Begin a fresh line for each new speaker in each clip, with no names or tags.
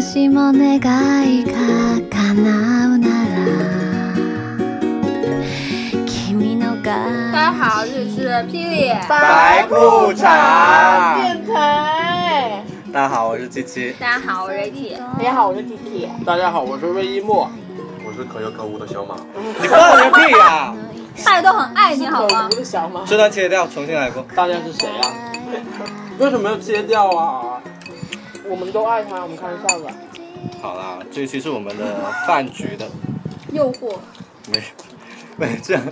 しも願いが叶うなら君の
大
が
家好，这里是霹雳，
白裤衩
电台。
大家好，我是七七。
大家好，我是 Ricky。
大家好，我是 T T。
大家好，我是魏一墨。
我是可有可无的小马，
你放个屁呀、
大家都很爱你，好吗
我？是小马。
这段切掉，重新来过。
大家是谁啊？为什么要切掉啊？
我们都爱他，我们开玩笑的。
好啦，这一期是我们的饭局的，
诱惑，
没没这样，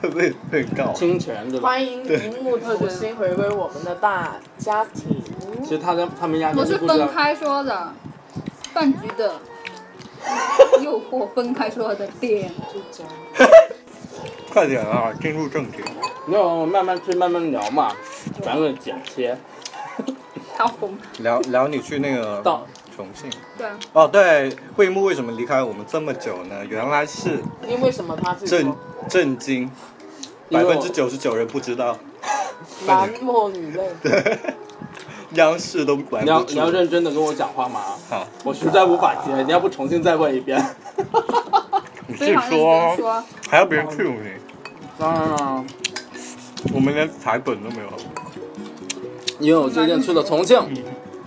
会不会啊会很高？
侵权对吧？
欢迎荧幕重新回归我们的大家庭。
其实他在他们家
我
就是不知
分
道，
开说的，饭局的诱惑，分开说的点。
就这样。
快点啊，进入正题。
没有，我慢慢吹，慢慢聊嘛，咱们剪切
他疯，
聊聊你去那个
到。
重庆
对，
哦，对，魏木为什么离开我们这么久呢？原来是
因为什么他自己
震
说
震惊，
因
百
为
分
我
之九十九人不知道，
男莫女泪。
央视都管
你要
不
你要
住。
认真的跟我讲话吗？
好，
我实在无法接，你要不重新再问一遍？
你自
非
己
常认
说
真
哦，
说，
还要别人 Q 你，
当然了，
我们连台本都没有。
因为我最近去了重庆，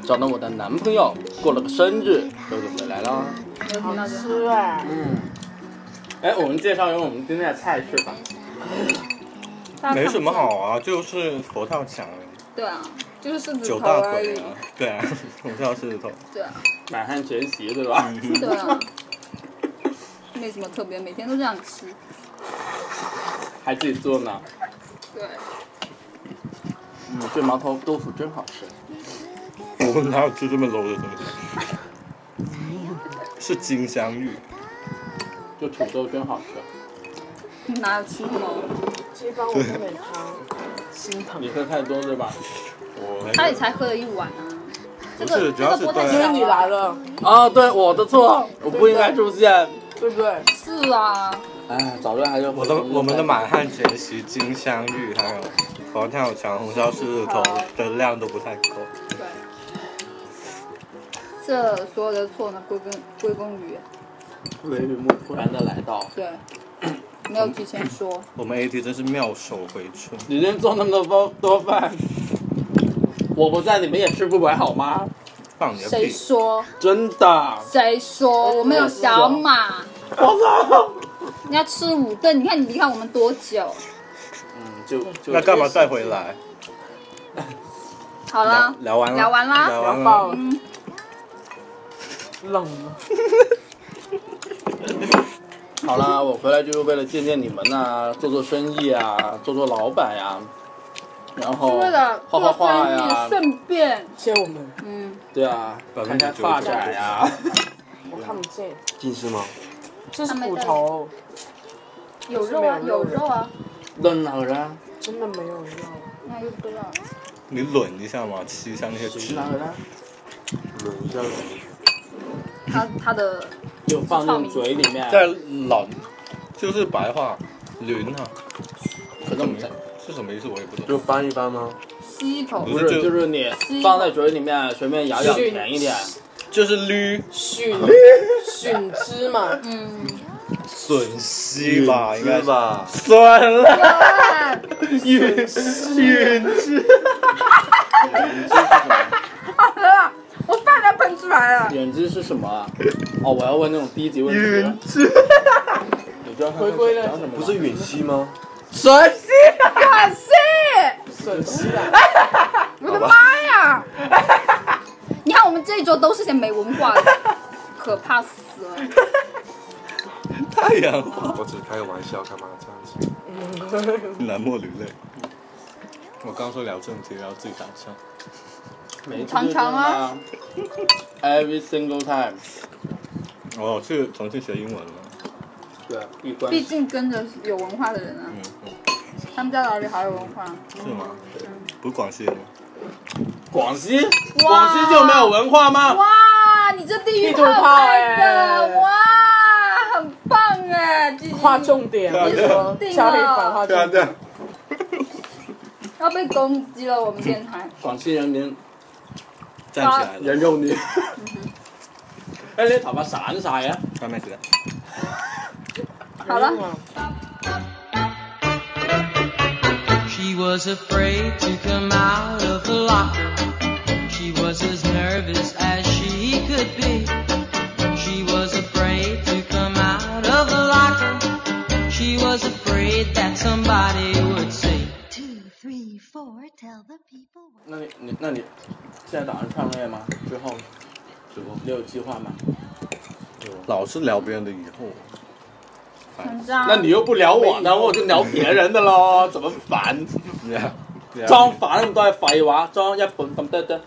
找到我的男朋友，过了个生日，我就回来了。
没有听到
好
就好
吃哎！
嗯，哎，我们介绍一下我们今天的菜式吧。
大家看不
没
见
什么。好啊，就是佛跳墙而已、
对啊，就是狮子
九
头
大
而
腿
已。
啊，对啊，我叫狮子头。
对啊，
满汉全席对吧？
嗯
对啊，没什么特别，每天都这样吃。
还自己做呢。
对，
嗯，这麻婆豆腐真好吃。
我哪有吃这么 low 的东西？是金镶玉，
就土豆真好吃，
哪有吃过？
这帮我不给汤，心疼
你。喝太多对吧？
我
他也才喝了一碗啊。这
不
个
是主要
这
是
个锅太
对
因为
小
你
了。
来了，
啊，对，我的错，我不应该出现。
对不对？
是啊，
哎，早知道还是
我的我们的满汉全席、金镶玉，还有佛跳墙、红烧狮子头的量都不太够。
对。这所有的错呢，归根归功于
雷雨木突然的来到。
对，没有提前说。
我们 AT 真是妙手回春，
你今天做那么多多饭，我不在你们也吃不完好吗？
放你的
谁
屁！
说？
真的，我
谁
哎
说？我们有小马，
操！
你要吃五顿。你看你离开我们多久？
嗯，就就
那干嘛再回来？
好
聊
啦，
聊完了，
聊完啦
聊完
要
了。
爆
嗯，
冷了，
好啦，我回来就是为了见见你们呐、做做生意啊，做做老板呀、然后
为了
画
做
画画
生
呀、
意顺便，
谢我们，
嗯，
对啊，
百
看
分之九十
看
九
发展呀、
我看不见，
近视吗？
这是骨头，
有肉啊，
是没
有
有肉的
肉啊，
那哪儿啊？
真的没有肉。
那就不知道了。
你抡一下嘛，吸一下那些汁。
哪儿啊？
轮一下轮一下。
他他的
就放进嘴里面。
在冷，就是白话，轮啊，
可能在
是什么意思？我也不懂。
就翻一翻吗？
吸一口
不
不
是
是，
就
就是你放在嘴里面，随便咬咬，
是
舔一舔。
就是捋
菌，菌汁嘛，
吮吸吧，应该
是？吧？
算了，
对，
吮吸。
我饭都喷出来了。
眼汁是什么啊？哦，我要问那种低级问
吮
题。
吸，
你知道
回归了
讲什么吗？
不是允熙吗？
吮吸，
可惜，
损失啊。
我的妈呀！你看我们这一桌都是些没文化的，可怕死了。
太阳花，
我只是开个玩笑，干嘛这样子？
南莫流泪。我刚说聊正题，然后自己打枪。
每次
尝
都
尝啊
啊。Every single time。
哦，去重庆学英文了。
对，闭关
毕竟跟着有文化的人啊，
嗯，
他们家老李好有文化。啊
是吗？不是广西的吗？
广西，广西就没有文化吗？
哇，你这地域特派的，
地图炮哎
哇，很棒哎，继续
划重点，
对啊
我
对
说
啊
下一版划重点。
对啊。
要被攻击
嗯
了，我们电台。
广西人民
啊站起来了，
人肉你。 哎，你頭髮散晒啊！
關咩事啊？
好了。
She was afraid to come out of the lock. She was as nervous as she could be. She was afraid to come out of the locker. She was afraid that somebody would see.
Two, three, four, tell the people.
那你你那你现在打算创业吗？之后
之后
你有计划吗？
老是聊别人的以后，
很脏。
那你又不聊我的，我就聊別人的咯，怎麼煩？
你
裝煩咁多係廢話，裝一本咁得得。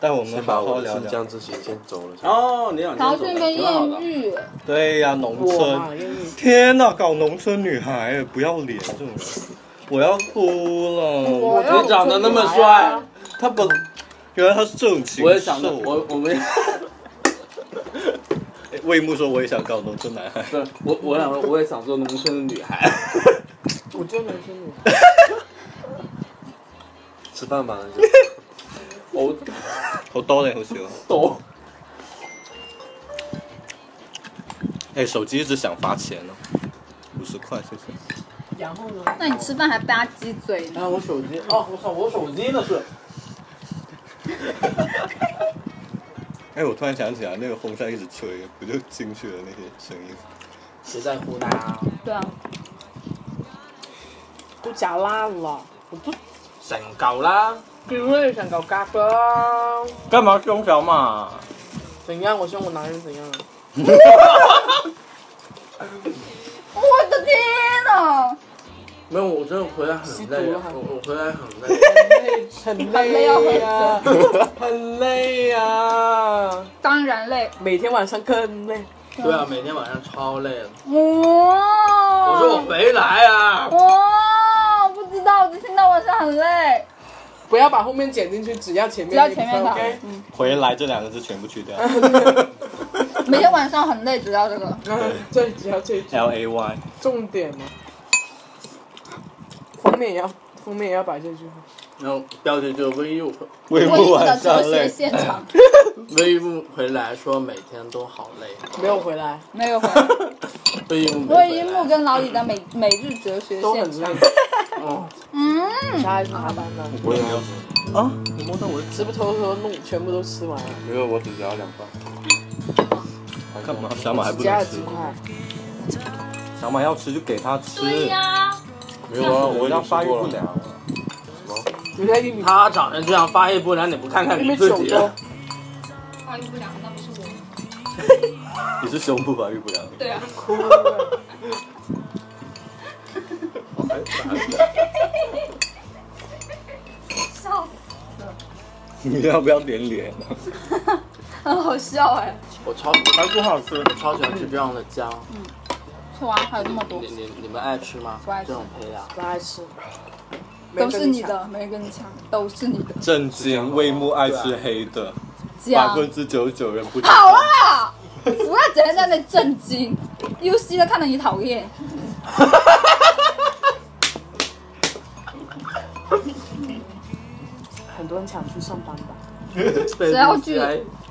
但我们
先把
好好
我
聊
的新
聊。
疆之行先走了。
哦，你想
然后
清
这
楚，
边
挺好
艳
的。
遇，
对呀、农
我嘛，
村。
愿意。
天呐，搞农村女孩不要脸这种人，我要哭了。
我
你长得那么帅，
他本
嗯
原来他是这种禽兽。
我也想着我我 们。
哎魏木说我也想搞农村男孩。
不是我，我想说，我也想做农村的女孩。
我真没听你。
吃饭吧，
我
好多人好笑。
懂，
哎，手机一直想发钱呢、五十块谢谢。
然后呢？
那你吃饭还吧唧嘴呢？
啊，我手机，哦，我操，我手机呢是，
哎，我突然想起来，那个风扇一直吹，不就进去了那些声音？
谁在乎呢？
对啊，
都嚼烂了，我都
成嚿啦，
丢了想搞嘎嘎。
干嘛凶手嘛？
怎样？我凶我男人怎样？啊
我的天啊呐，
没有，我真的回来
吸
很
毒了还
我我回来很累，
很
累啊，
很累啊！
当然累。
每天晚上更累。
对啊，每天晚上超累的。我说我
哦，
回来啊，
哦，不知道，我只听到晚上很累。
不要把后面剪进去，只要前面
只要前面的
o k
回来这两个字全部去掉
每天晚上很累，主要这个。
这只要这一句
，L A Y。
重点嘛，封面也要封面也要摆这句话。
然后标题就是微木
魏
我
木
一的
晚上
哲学
累。
现场
微木回来说每天都好累，
没有回来，
没有回来。
微木没
我
回来
一木跟老李的每每日哲学
都很
现
累
场。。
哦，
嗯，
啥也是他担当，
我也没有。啊！你摸到我的
吃不偷喝怒，全部都吃完了，
没有，我只聊两饭。
干嘛？小马还不
加
能
了
吃
几？块，
小马要吃就给他吃。
对呀，
没有啊，
我
我已
要
经
发
说
育不
过了。
良。
你在一米
他长成这样发育不良，你不看看
一
你
米
自
九
己？
多，
发育不良，那不是我。
你是胸部发育不良。
对啊，
哭了。
笑死，
你要不要点脸？
很 好笑哎。
我超还不好吃，我超喜欢吃这样的姜。
吃完啊还有那么多
你，你你们爱吃吗？
不爱吃
这种配料。
不爱吃，
都是你的，没跟你抢，都是你 的。
震惊！魏木爱吃黑的，百
讲
分之九十九人不知道
啊好啊啦，不要整天在那里震惊，U C 的看得你讨厌。
很多人抢去上班吧。
谁
谁要去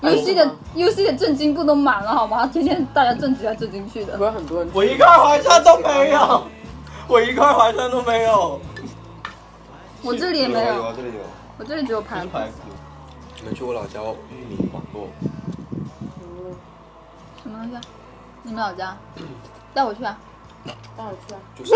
？U C 的 U C 的震惊部都满了好吗？天天大家震惊来震惊去的
不。是很多人，
我一块淮山都没有，我一块淮山都没有。啊
我这里也没有，
这里有。
我这里只有排骨。
骨。
你们去我老家玉米网络，
什么东西啊？你们老家？带我去啊！
带我去啊！
就是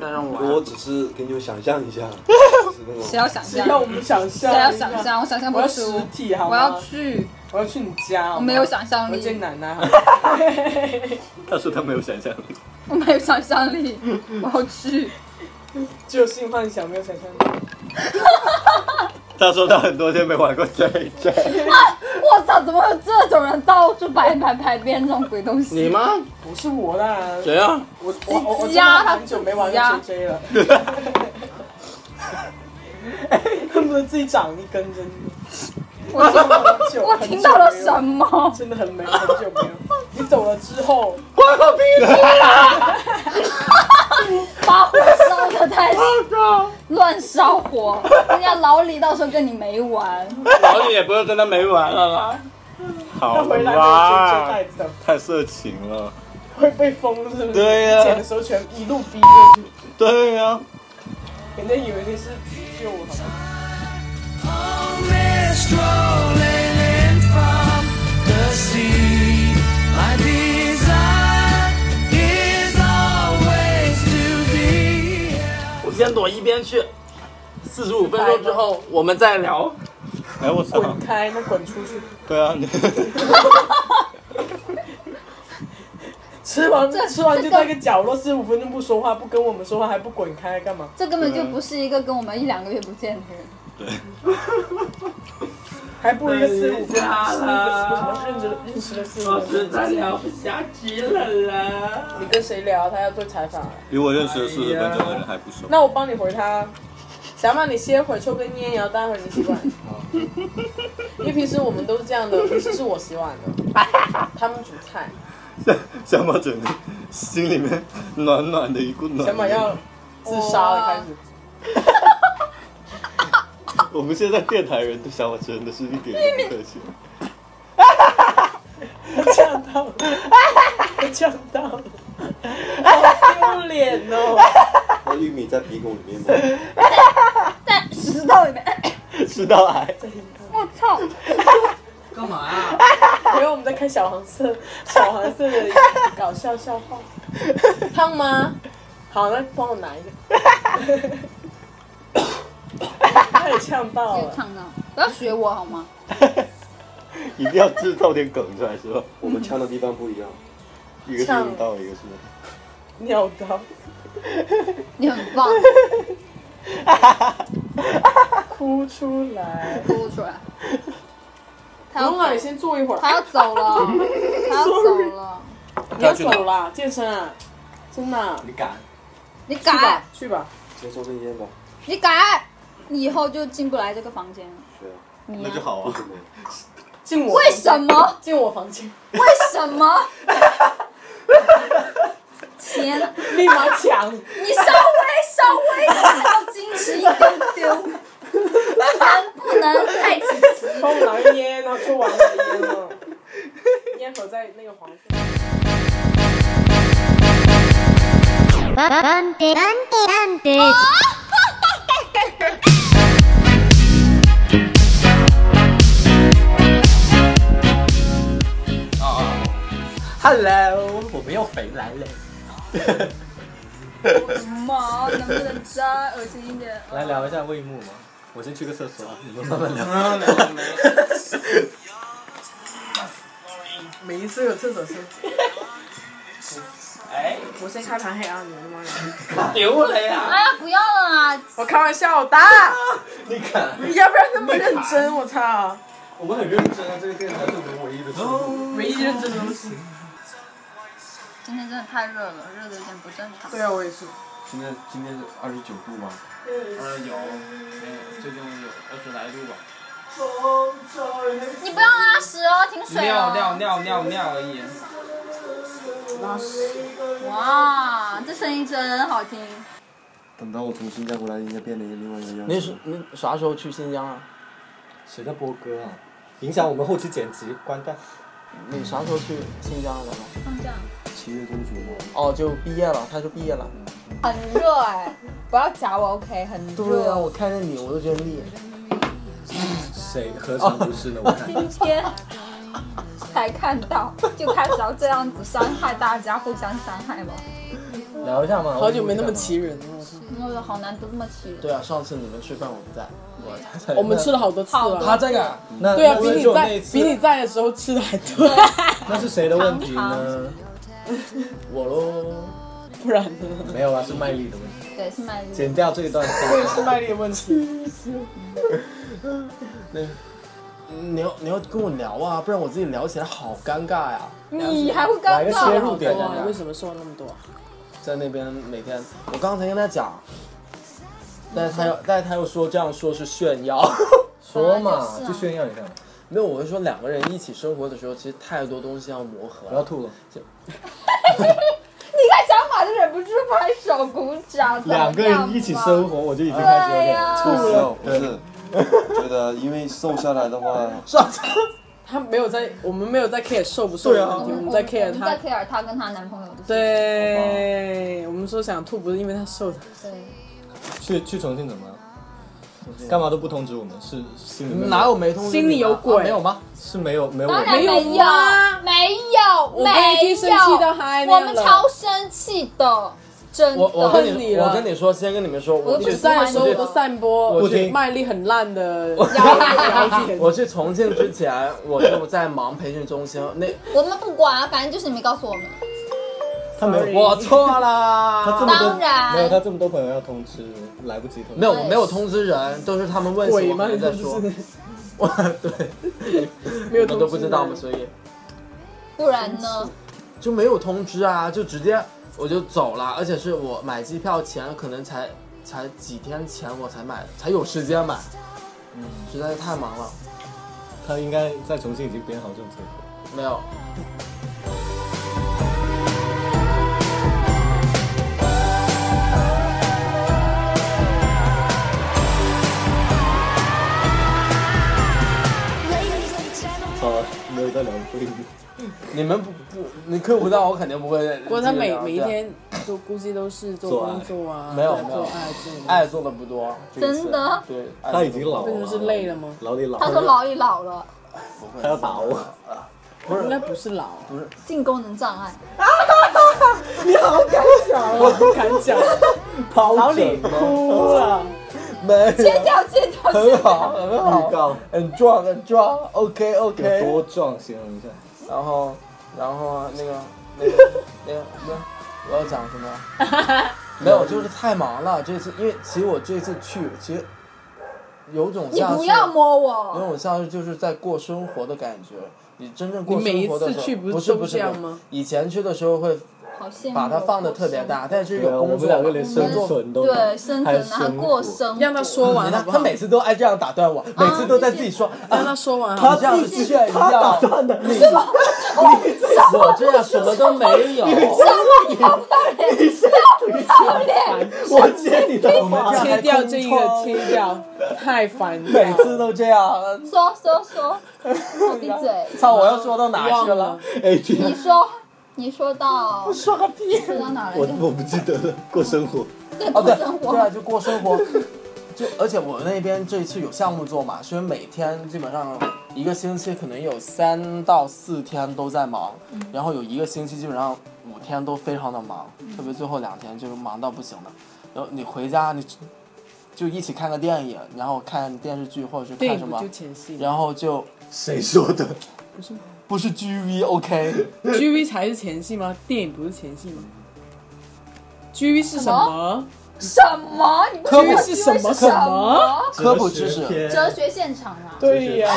但是
我
我
只是给你们想象一下，就是那
谁
种
要想象？
要我们想象，
谁要想？象？我想象
我
不
要实
出。
体好
我
吗？
要，去，
我要去你家。好
我
吗
没有，想象
我要见
力，
奶奶好 吗。
他说他没有想象力。
我没有想象力，我要去。
只有性幻想，没有想象力。
他说他很多天没玩过 JJ。
我操！怎么会有这种人到处摆摆摆编这种鬼东西？
你吗？
不是我啦，
谁啊？
我我我我
自
真
己啊
的很久没玩过
他
JJ 了。 恨不得自己长一根， 真的
我听
很久。
我听到了什
么？
么？
真的很没很久没有。你走了之后，
关我屁事！
把火烧的太，
我操！
你乱烧火，人家老李到时候跟你没完。
老李也不会跟他没完了啦。好
他回来没
啦
有，真
太色情了。
会被封是不是？
对呀
剪的时候全一路逼过去，
对呀、
人家以为你是急救好吗？
我先躲一边去。四十五分钟之后我们再聊。哎，我操！
滚开，那滚出去！
对啊，你
吃完吃完就在一个角落四十五分钟不说话，不跟我们说话，还不滚开干嘛？
这根本就不是一个跟我们一两个月不见的人。
还不如一个四十五分钟，
哎
四十
呀
五分钟认识认识了四十五
我
分
实
钟。
在聊不下去了啦。
你跟谁聊？他要做采访啊。
比我认识的四十分钟的人还不熟。
那我帮你回他。小马，你歇会儿抽根烟，然后待会儿你洗碗。因为平时我们都是这样的，平时是我洗碗的，他们煮菜。
小马整个心里面暖暖的一股暖流。
小马要自杀了，开始。
我们现在电台人对小马真的是一点都不客气。
我呛到了， 我呛到了，好丢脸哦！
那玉米在鼻孔里面吗？
在石头里面，
吃到癌，
我操！
干嘛呀、
因为我们在看小黄色，小黄色的搞笑笑话。烫吗？好，那帮我拿一个。他也呛到
又
了，
唱到，不要学我好吗？
一定要制造点梗出来是吧？
我们呛的地方不一样，
一个是阴道，一个是
尿到。
你很 棒，
哭出来。
哭出来。他要
龙老，你
走，
先坐一会儿。
他要走了，他要走了。
你要走啦，健身啊，真的啊。
你敢？
你
去吧
改，，
去吧。
先抽根烟吧。
你改，你以后就进不来这个房间了。
对啊，
你呀、
好啊。
进我。
为什？么？
进我房间，
为什么？ 天哪，
立马 抢。
你稍微稍微要矜持一丢丢，不能不能太矜持。
帮我拿个烟，然后抽完了烟了。烟盒在那个黄色。
なんてなんてなんて
妈，能不能再恶心一点？
来聊一下魏木嘛，我先去个厕
啊
所，你们慢慢聊。
每一次有厕所声。哎，我先开盘黑啊！你们妈的！
哎呀，不要了啦！
我开玩笑的。
你看，
你要不要那么认真？我操！
我们很认真啊，这个电台是我们唯一的出路。
唯一认真的东西。
今天真的太热了，热的有点不正常。
对啊，我也是。
现在今天是二十九度吗？
呃，有，有，最近有二十来度吧。
你不要拉屎哦，停水
尿
哦。
尿尿尿尿而已。
哇，这声音真好听。
等到我从新疆回来，应该变得另外一个样
你
子
是。你啥时候去新疆啊？
谁在播歌啊？影响我们后期剪辑，关掉。
你啥时候去新疆的？
放假。
七月中旬吗？
哦，就毕业了，他就毕业了。
很热哎、不要夹我 OK，很热。
对啊，我看着你我都觉得腻。
谁何尝不是呢？我看。
今天才看到，就开始要这样子伤害大家，互相伤害 了。
聊一下嘛。
好久没那么骑人了，我操！
我的好难得这么气人。
对啊，上次你们吃饭我不在，
我们吃
了。
了好多次啊
好
了。
多
他这个，那
对啊，
那
比
不是
你
就那一
在
次
比你在的时候吃的还多，
那是谁的问题呢？
我喽。
不然呢？
没有啊，是麦粒的问题。
对，是麦丽。
剪掉这一段。
是麦粒的问题。 那，你要你要跟我聊啊，不然我自己聊起来好尴尬呀。
你还会
来
尴
个切
尬？
入点
哇，
的
啊为。什么瘦了那么多？
在那边每天，我刚才跟他讲，但是他又但是他又说这样说是炫耀。
说嘛，
就是啊
就炫耀一下嘛，
没有，我是说两个人一起生活的时候，其实太多东西要磨合
不
了
要。吐了。
你看小马就忍不住拍手鼓掌。怎么样
两个人一起生
吧。
活，我就已经开始有
对
点
呀
吐
没
了。
有，不是，觉得因为瘦下来的话，
上次
他没有在，我们没有在 care 瘦不瘦
对
的
啊
问题，我
我
们
们
在
嗯我
care
们
他
在。care 她跟她男朋友的事。
对，我们说想吐不是因为他瘦的，
对。
去去重庆怎么了？干嘛都不通知我们？是心里面
哪有没通知你啊
心里有鬼
啊没有吗？
是没有没有我
当然没
们
有，
没有啊
没有，
我
没
刚已
有，
经生气到他那样了
我们超生气的，真的。
我我跟
恨
你
你了
我跟你说，先跟你们说，我
都
比
不
去
知道
赛的时候我都散播，
不
我觉
听
得卖力很烂的 谣言。
我去重庆之前，我就在忙培训中心，那
我们不管啊，反正就是你没告诉我们。
他没有，
我错
他这
啦。
么多
当然
没有，他这么多朋友要通知，来不及通知。
没有，我没有通知人，都是他们问
鬼
起我
吗？
还
你
在
们
说
就，是
我 对，
没有
我都不知道嘛，所
以
以
不然呢？
就没有通知啊，就直接我就走了，而且是我买机票前可能才才几天前我才买，才有时间买，
嗯
实在是太忙了，
他应该在重庆已经编好这种结果。
没有。
好啊，没有在聊不理
你们不不，你 Q 不到我肯定不会。
不过他每
对
每一天都估计都是做工作啊，
没有
对
没有
做爱之类的。
爱做的不多，这一次
真的
对，
他已经老
为什么是累了吗？
老李老
他说老已老了，
他要打我，
应该不是老，
性功能障碍。
我不敢讲。老
老
李哭了，
没
切掉，切掉，切
很
掉。
好很好，
预告
很壮很壮，OK
有
OK。
多壮，形容一下。
然后然后那个那个那个那个我要讲什么？ 没有，就是太忙了。这次因为其实我这次去，其实有种
你
像
不
是
要摸
有
我，
种像是就是在过生活的感觉。你真正
你
过
每
生
一
活的
次
时候，
去不是
不是
都
不
这样
不
吗
以前去的时候会
好羡慕。
把它放的特别大，，但是
对啊，我
有工
们
作
两个连
嘛
生
工作
存都
对，生
还有
存啊，
活
过生活。
让他说完
你
好
看
不
他
好？
每次都爱这样打断我，每次都在自己说
让
啊，
他说完好
他
不好。
自己炫耀，你
哦
我这样什么都没有，
我接你的话，
切掉这一个，切掉，太烦躁
每次都这样，
说说说，我闭嘴。
操！我要说到哪
忘
去
了
了？。
哎天
你，说，你说到
说个屁！
说到哪来
我
着？
我不记得了，过生活。
对，
哦，
过
对
生，
对啊，
活。
就过生活。 就而且我那边这一次有项目做嘛，所以每天基本上一个星期可能有三到四天都在忙，然后有一个星期基本上五天都非常的忙，特别最后两天就是忙到不行的。然后你回家你就一起看个电影，然后看电视剧或者是
电
看什
影
么
不就，前戏
然后就
谁说的？
不是 G V OK，
？G V 才是前戏吗？电影不是前戏吗？G V 是什
什
么
什么？你不
科
说
普
我
是
以为
什么
什
什
么
么？
科普知识
片
哲学现场啊
对呀，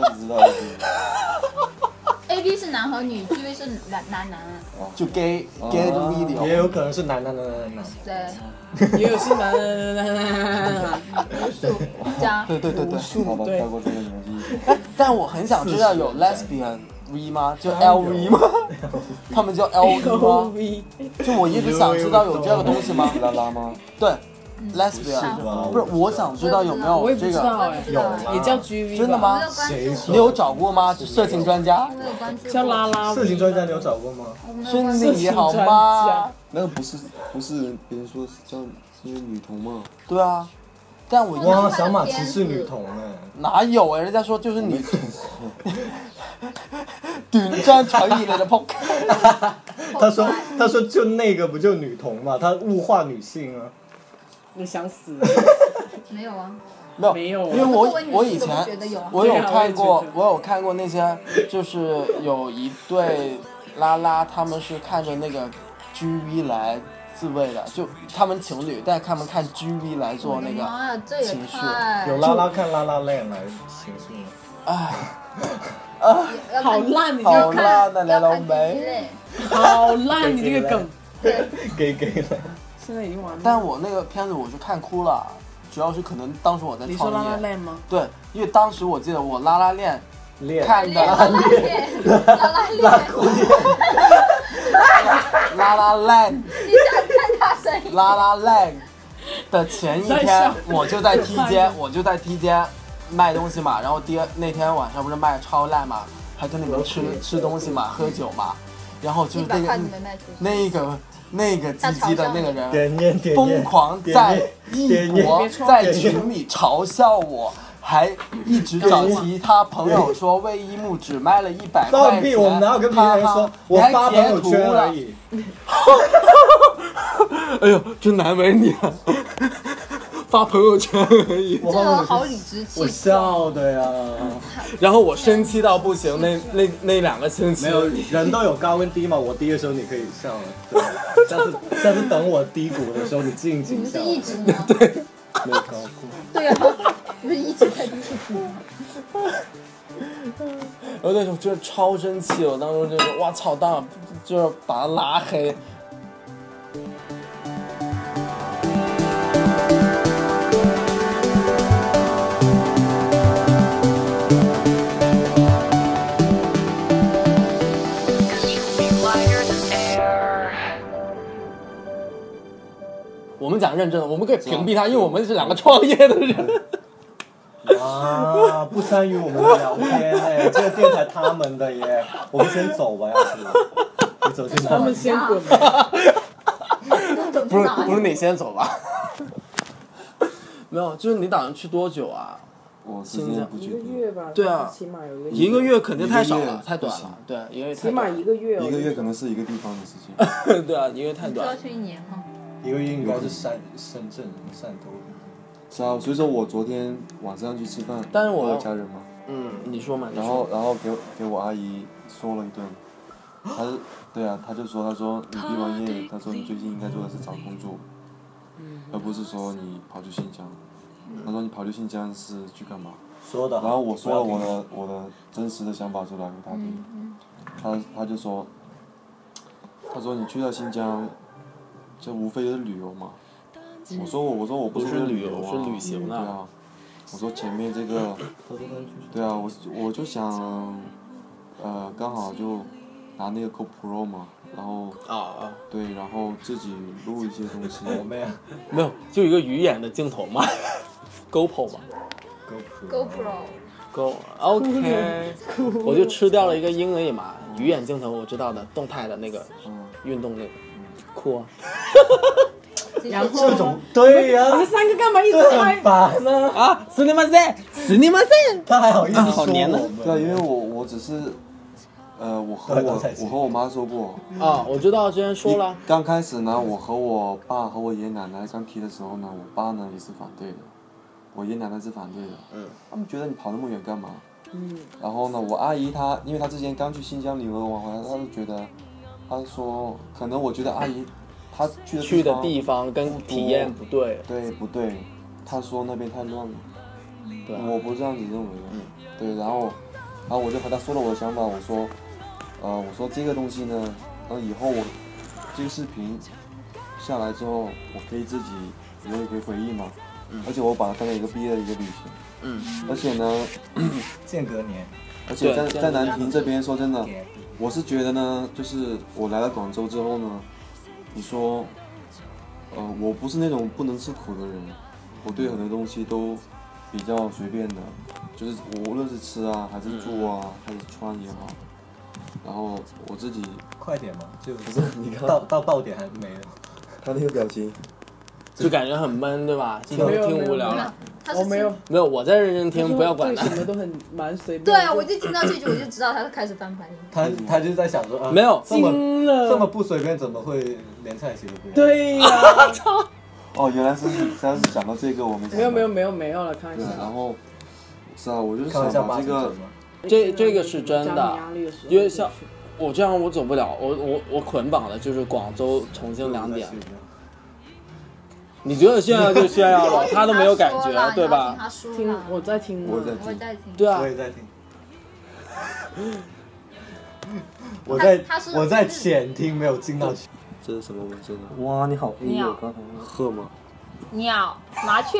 我只知道一句，
，A B 是男和女，G V 是男男男，
就 gay gay
哦
的 video，
也有可能是男男男男男。
对，
也有是男男男男男。
加
对对对对。
好吧，
对
跳过这个你们继续。
但我很想知道有 lesbian V 吗？就 LV 吗？他们叫 LV 吗？
V
就我一直想知道有这个东西吗？
拉拉吗？
对，lesbian
吧
不是，我想知道有没
我也
有啊
不
这
知道
个，
哎，
有啊
也叫 G V
真的？吗？
谁说？
你有找过吗？色情专家，
我有关注，
叫拉拉 V
色情专家你有找过吗？
我没有关注
是你好吗？
那个不是不是别人说是叫因为女童嘛？
对啊，但我一
哇，小马骑士女童哎，
哪有哎？人家说就是你 短暂传以来的 p o k
他说他说就那个不就女童嘛，他物化女性啊。
你想死？
没有啊，
没有
没有
因为我
我以为
我
你
以
是
前
我觉得有啊
我有看
对啊我也
过
觉得，
我有看过那些，就是有一对拉拉，他们是看着那个 G V 来自慰的，就他们情侣，但他们看 G V 来做那个，
妈呀，啊这也
情绪
太
有拉拉看拉拉链来形式吗？
哎，
要看
好烂，你这
好啊
个
辣的来
要
了
看第一
没？
类
好烂，你这个梗
给给了，
现在已经完了。
但我那个片子我是看哭了，主要是可能当时我在
你说
创
拉拉
业，
烂吗？
对，因为当时我记得我拉拉链
练
看
拉拉
的
链，拉拉链，
拉 La La Land
你想看他声音？
La La Land 的前一
在
天
笑，
我就 在梯间，我就在梯间卖东西嘛。然后第二那天晚上不是卖超烂嘛，还跟你们吃吃东西嘛，喝酒嘛。然后就
你
是
把
那
话
个嗯
筒没卖出去。
那个那个鸡鸡的那个人，
点烟点烟，
疯狂
点
在
烟
异
点烟
国在群里嘲笑我。还一直找其他朋友说卫一木只卖了一百块
放
钱，
屁！我们哪有跟别
哈
人
哈
说？我
还
发朋友
截
圈
图
而
了
已。
哎呦，真难为你了， 发朋友圈而已。
我
这
发朋
个
友圈，
好理直气
我
壮。
笑的 呀。
然后我生气到不行，那那那两个星期
没有，人都有高跟低嘛。我低的时候你可以笑， 对下次下次等我低谷的时候你静
你
静
们是
笑。
一直吗？
没有高过。
对啊，不是一直在低谷。
我那时候就是超生气，我当时就是哇操，当然就是把他拉黑。我们讲认真的，我们可以屏蔽他，因为我们是两个创业的人。
啊，不参与我们的聊天哎、这个电台他们的耶， 我们先走吧，要不你走进他
他们
们。
先滚吧。
不是不是你先走吧？ 没有，就是你打算去多久啊？
我时间不
一
确
个
定，
月吧，
对啊
起码有一个
一个月肯定太少
嗯一个
了
月，
太短
不行
了。对，一个月
起
太
码
短
一个月哦，
一个月可能是一个地方的事情。
了。 对啊，一个月太短了。
去一年吗？
一个应该是山深圳汕头，
是啊，所以说我昨天晚上去吃饭，
但是我
有家人嘛，
嗯，你说嘛？你
然
说
后然后给我给我阿姨说了一顿，她是对啊，她就说她说你毕完业，她说你最近应该做的是找工作，而不是说你跑去新疆，她说你跑去新疆是去干嘛？
说的。
然后我说了我的我的真实的想法出来给他听，他他就说，他说你去到新疆，这无非是旅游嘛。我说我我说我
嗯不
不是
是
为了
旅
旅
游
游啊，
是旅行
对
啊
啊。我说前面这个，对啊，我我就想，呃，刚好就拿那个 GoPro 嘛，然后
啊啊，
对，然后自己录一些东西。
我妹啊
没有，就一个鱼眼的镜头嘛 ，GoPro 嘛
，GoPro
GoPro，
，Go OK，我就吃掉了一个鹰而已嘛，鱼眼镜头我知道的，动态的那个
嗯，
运动那个，酷啊
然后
这种对呀、
你们三个干嘛一直
这
拍
很？烦呢、
啊！死你们噻，死你们噻！
他还好意思说
好黏呢
我们？
对啊，因为我我只是，呃，我和
对
我
刚才是
我和我妈说过。
啊，我知道，之前说了，
刚开始呢，我和我爸和我爷爷奶奶刚提的时候呢，我爸呢也是反对的，我爷爷奶奶是反对的。嗯。他们觉得你跑那么远干嘛？嗯。然后呢，我阿姨她，因为她之前刚去新疆旅游完回来，她就觉得，她说可能我觉得阿姨，她去的
去的
方
地方跟体验不对，
对不对？她说那边太乱了。
对啊嗯
我不是这样子认为的。对，然后，然后我就和他说了我的想法，我说，呃，我说这个东西呢，那以后我这个视频下来之后，我可以自己留一回回忆嘛。而且我把它当成一个毕业的一个旅行。
嗯。
而且呢，嗯
间隔年，
而且在
对
在南亭这边，说真的，我是觉得呢，就是我来了广州之后呢，你说，呃，我不是那种不能吃苦的人，我对很多东西都比较随便的，就是我无论是吃啊，还是住啊，还是穿也好，然后我自己，
快点嘛，就不
是你看
到到爆点还没了。
他那个表情，
就感觉很闷，对吧？听
没有
听
没有
无聊
没
了。
他
我
是
没有，
没有，我在认真听，不要管
对
他
什。么都很蛮随便。
对啊，我就听到这句，我就知道他开始翻白眼。
他他就在想说啊，
没有
这么
惊了，
这么不随便，怎么会连在一起都不要？
对呀，
哦，原来是原来是讲到这个，我没想
没有没有
到，
没有没有了，开玩
对，
笑
然。后，是啊，我就是
开玩
想
笑
把
吧，
这个
这。种
这这个是真
家
的
啊庭压力的时候
因为像我这样我走不了，我我我捆绑的就是广州、重庆两点。你觉得炫耀就炫耀 了，他都没有感
你要
觉，
听
对
他
吧？
说啦
听我在听啊，
我在
我也在听。
对啊
我，也在听， 我在
他是
我在浅听，没有进到去。
这是什么文字呢？
哇，你好
你
啊
好
刚才
鹤吗？
鸟、麻雀，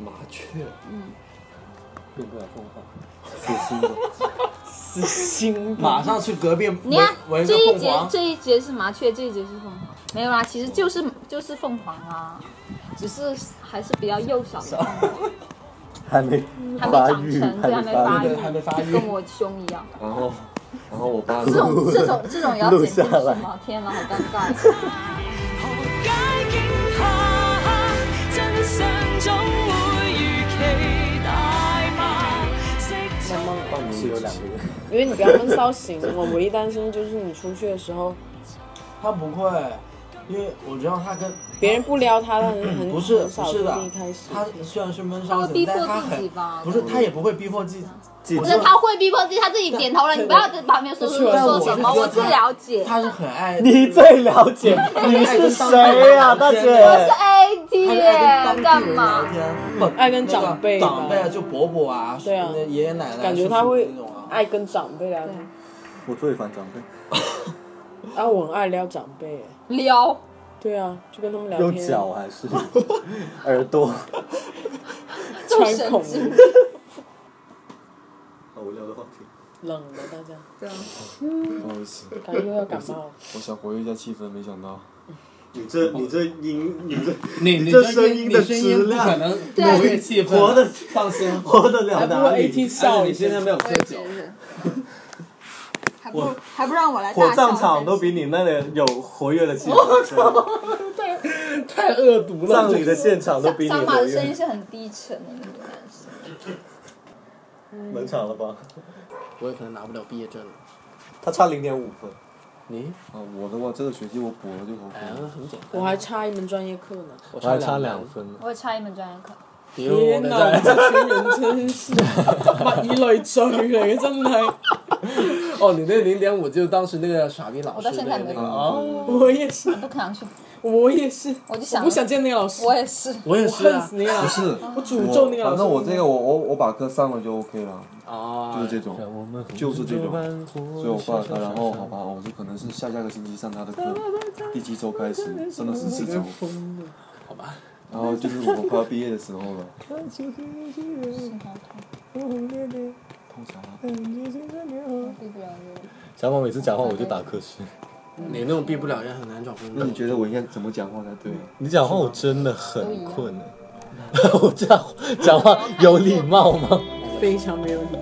嗯
麻雀。
变不了凤凰。
死心 的。
死心，马上去隔壁
你
围
看
围
这
个
一
凤
节
凰。
这一节是麻雀，这一节是凤凰，没有啦，啊其实就是就是凤凰啊，只是还是比较幼小的凤凰，嗯
还没
还没
发
长
育，
成，对，还没
发
发
育，
育，
还没发育
跟我胸一样。
然后，然后我爸
这种这种这种也要
录
剪进
下来
去吗？天哪，好尴尬。
何解惊怕？真相總會如期大白。識做
我们有两个月，
因为你不要闷骚型，我唯一担心就是你出去的时候，
他不会，因为我知道他跟
别人不撩他，他 很很
不是
很
不
少
是的
就一开始，
他虽然是闷
他
骚
会
型，
逼
但
迫
是他
自己
很
吧
不是他也不会逼迫自己。
记
我
这
说
他会逼迫自己，他自己点头了，你不要在旁边说说说什么，我最了解。
他是很爱
你最了解，你是谁
啊
呀、大
是
姐？
A
他是爱
姐，干
跟当地人啊聊
嘛？
天，不
爱跟
那个
长辈吧
长辈啊，就伯伯啊，
对啊
爷爷奶奶，
感觉他会
叔叔那种啊。
爱跟长辈聊天，
我最烦长辈，
啊，我很爱撩长辈，
撩，
对啊，就跟他们聊
用
天，
脚还 是耳朵？
就
穿
神
孔
经。
好无聊的话题。
冷了大家，嗯
不好意思，
感觉又要感冒了。
我想活跃一下气氛，没想到。
你这你这音你这
你你
这
的
声音的
你声音
质
不
量
可能
对
活跃气氛，
活得
放心。
活得了
还
哪
不如
里
AT？笑
而且你现在没有喝酒，
还不还不让我来
火葬场都比你那里有活跃的气氛，
太恶毒了。
葬礼的现场都比你
小马
活
的声音
跃。
是很低沉的那种男生。
冷场了吧？
我也可能拿不了毕业证了。
他差零点五分，
你
啊，我的话，这个学期我补了就好
哎呀
啊
分。，
很简单。
我还差一门专业课呢，
我
我还差两。分呢。
我差一门专业课，
屌我
天哪，
哋真係
这群人真是 物以类聚嚟嘅，真係。
哦，你那零点五就当时那个傻逼老师，
我到现在没
那
有
个哦，
我也是，
不想去，
我也是，
我就
我
想
不，想见那个老师，
我也是，
我也
我
是
恨
啊
死。那个老
不
师，
是，
我诅咒那个老师。
反正我这个我我我把课上了就 OK 了，
哦，
就是这种。
我们
就是这种所以我挂了他，然后好吧，我就可能是下下个星期上他的课，第七周开始，上到十四周。
好吧。
然后就是我快要毕业的时候了。痛啥？
小马每次讲话我就打瞌睡，
你那种毕不了业很难找工
那
作
你。觉得我应该怎么讲话才对？
你讲话我真的很困哎。 我这样讲话有礼貌吗？
非常没有礼貌。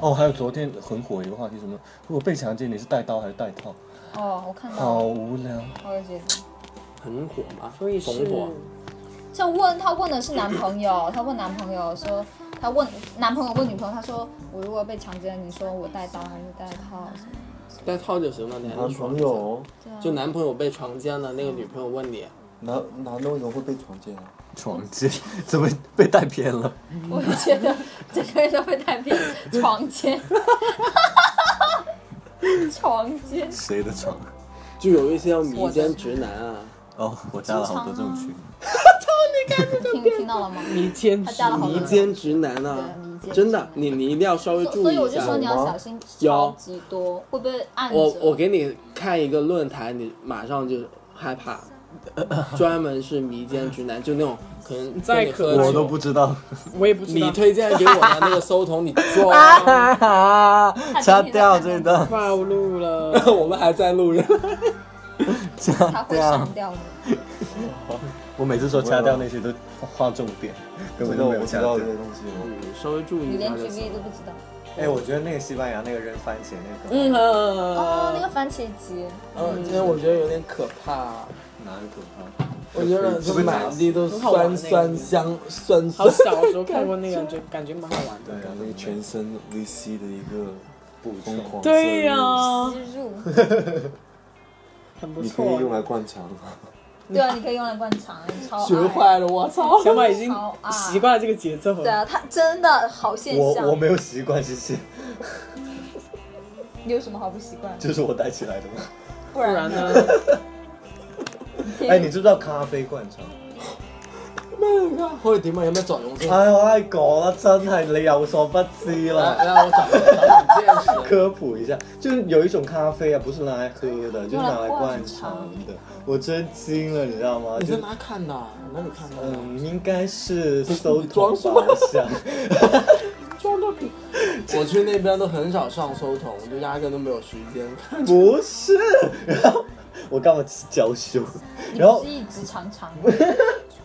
哦，还有昨天很火一个话题，什么如果被强奸你是带刀还是带套？
哦，我看到
好
了，
无聊。
我也觉得。
很火吗？
所以是
红火。
像问他问的是男朋友，他问男朋友说，他问男朋友问女朋友，他说我如果被强奸，你说我带刀还是带套什么？
戴套就行了，你还能
男
爽
朋。友，
对啊
就男朋友被强奸了，那个女朋友问你，
男男的为什么会被床奸啊？
床奸怎么被带偏了？
我就觉 得整个人都被带偏，床 间，床间，
谁的床？
就有一些要迷奸直男啊，
哦，我加了好多这种群。
听听到了吗？
迷奸
他加了好多
迷奸直男啊
对迷奸直，男
真的，你你一定要稍微
所
注
所
意
以我
一
就
下
说。你要
有吗
小心，
有
超级多，会不会按着？
我我给你看一个论坛，你马上就害怕，专门是迷奸直男，就那种可能
再
跟你
可
喝
我
酒
都不知道。
我也不知道
你。推荐给我的那个搜童，你
啊
装，
啊掐掉这段，
暴露了，
我们还在录着。
他
掐
会
掉
上。掉的。
我每次说掐掉那些都画重点，根本
真的
都没
我
有
不知
掐
道
掉
这。些东西，我
稍微注意
你
一
连
下就
GB
行。
都不知道
哎，我觉得那个西班牙那个扔番茄那个，
嗯
哦，那
呵，
个番茄节，
嗯，今天我觉得有点可怕，
哪有可怕？
我觉得就满地都
很好玩那
酸
个
酸香酸
好
酸。
小的时候看过那个，就感觉蛮好玩的。
对啊，
那个全身 VC 的一个疯狂摄入
对呀，
植入，
很不
你可以用
错。
来灌肠。
对啊，你可以用来灌肠，超爱
学坏了，我操！
小马已经
好啊
习惯了这个节奏
对
了。
啊，他真的好现象。
我我没有习惯，谢谢，
你有什么好不习惯？
就是我带起来的嘛。
不
不
然
然呢？
哎哎，你知不知道咖啡灌肠？
咩嚟㗎？可以點啊？有咩作用先？
唉，我係講啦，真係你有所不知啦。
來，哎來我找找你見識。
科普一下，就是有一种咖啡啊，不是拿来喝的，就是拿来灌肠的。我真惊了，你知道吗？
你
就
在哪看的？哪里看的？
嗯，应该是搜
你
头
装什么
吧，我想。
我去那边都很少上搜童，就压根都没有时间 看。
不是，然后我干嘛娇羞？
你
然
不
后
是，一直长长，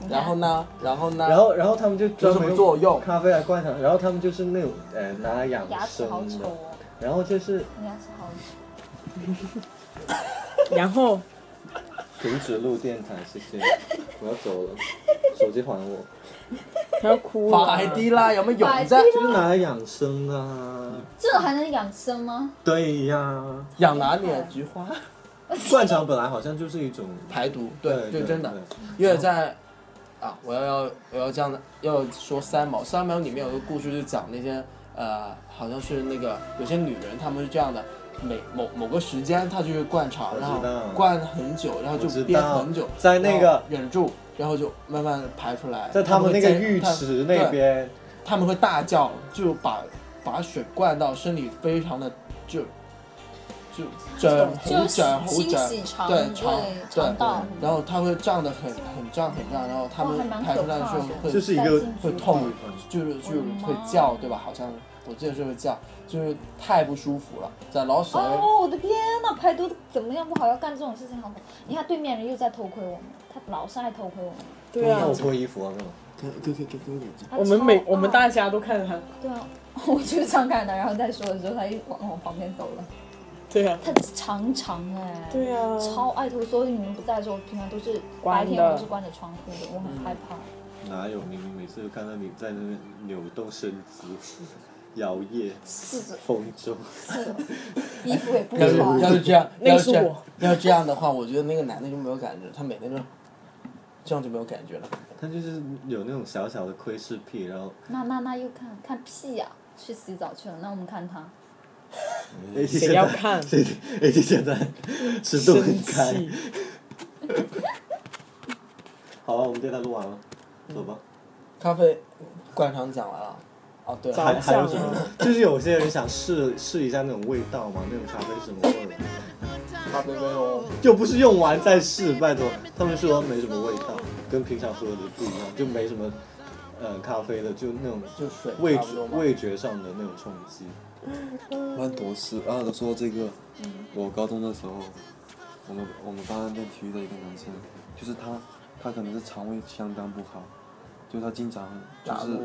然后呢？然后呢？
然后，然后他们就专
有什
门
么作用
咖啡来灌肠，然后他们就是那种呃拿来养
牙齿
生
好
的
丑，哦，
然后就是
你牙齿好丑。
然后
停止录电台，谢谢，我要走了，手机还我，
他要哭了。
快啲啦！有没有勇在
快
就是拿来养生的、啊。
这还能养生吗？
对呀、
养哪里啊？菊花
灌肠本来好像就是一种
排毒，对，
对
就真的
对。
因为在啊，我要要我要这样的，要说三毛。三毛里面有个故事，就讲那些呃，好像是那个有些女人，她们是这样的，每某某个时间她就会灌肠，
我
然后
知道
灌很久，然后
我知
就
道
憋很久，
在那个
然后忍住，然后就慢慢排出来。
在他们那个
她会
浴
她
池那，
对
边，
她们会大叫，就把把水灌到身体非常的就就整
就
红
是
整红
清
整
洗肠，
对肠
对
对
肠道，
然后它会胀得很很胀很胀，然后它
哇还
们
蛮
排
可
出来的时
怕
候
的哦
会
就是一个
会痛，就是
我
就
的
是
妈
会叫，对吧？好像我记得是会叫，就是太不舒服了，在老水。
哦，我的天呐，排毒怎么样不好，要干这种事情好不好？你看对面人又在偷窥我们，他老是爱偷窥我们。
对啊
哦
那，我脱衣服啊干嘛？
给给给给给我眼睛，
他
我们每
超
我们
爱
大家都看着他。
对啊， 我就是这样看的，然后再说的时候，他一往我旁边走了。
对啊，
他常常哎、
对啊
超爱偷，所以你们不在的时候，我平常都是
关
白
的
天我都是关着窗户的，我很害怕。
哎
哪有？明明每次都看到你在那边扭动身姿，摇曳
是的，
风中。
是的，衣服也不
要是
穿。
要是这样，
那
要
个
是
是
这样
我，
要是这样的话，我觉得那个男的就没有感觉，他每天就这样就没有感觉了。
他就是有那种小小的窥视癖，然后
那那那又看看屁呀、去洗澡去了，那我们看他。
嗯
A T
谁要看
A T A T 哎现在尺度很
生
开。
气。
好了，我们电台录完了，走吧。
咖啡灌肠讲完了，哦对了，
早
还还有
上
什么
啊？
就是有些人想试试一下那种味道嘛，那种咖啡是什么味儿？
咖啡杯哦，
又不是用完再试，拜托。他们说没什么味道，跟平常喝的不一样，就没什么，呃，咖啡的，就那种
就水
味
差不多
觉
嘛
味觉上的那种冲击。
曼陀斯啊，都说到这个，我高中的时候，我们我们班练体育的一个男生，就是他，他可能是肠胃相当不好，就他经常就
拉肚
是
子，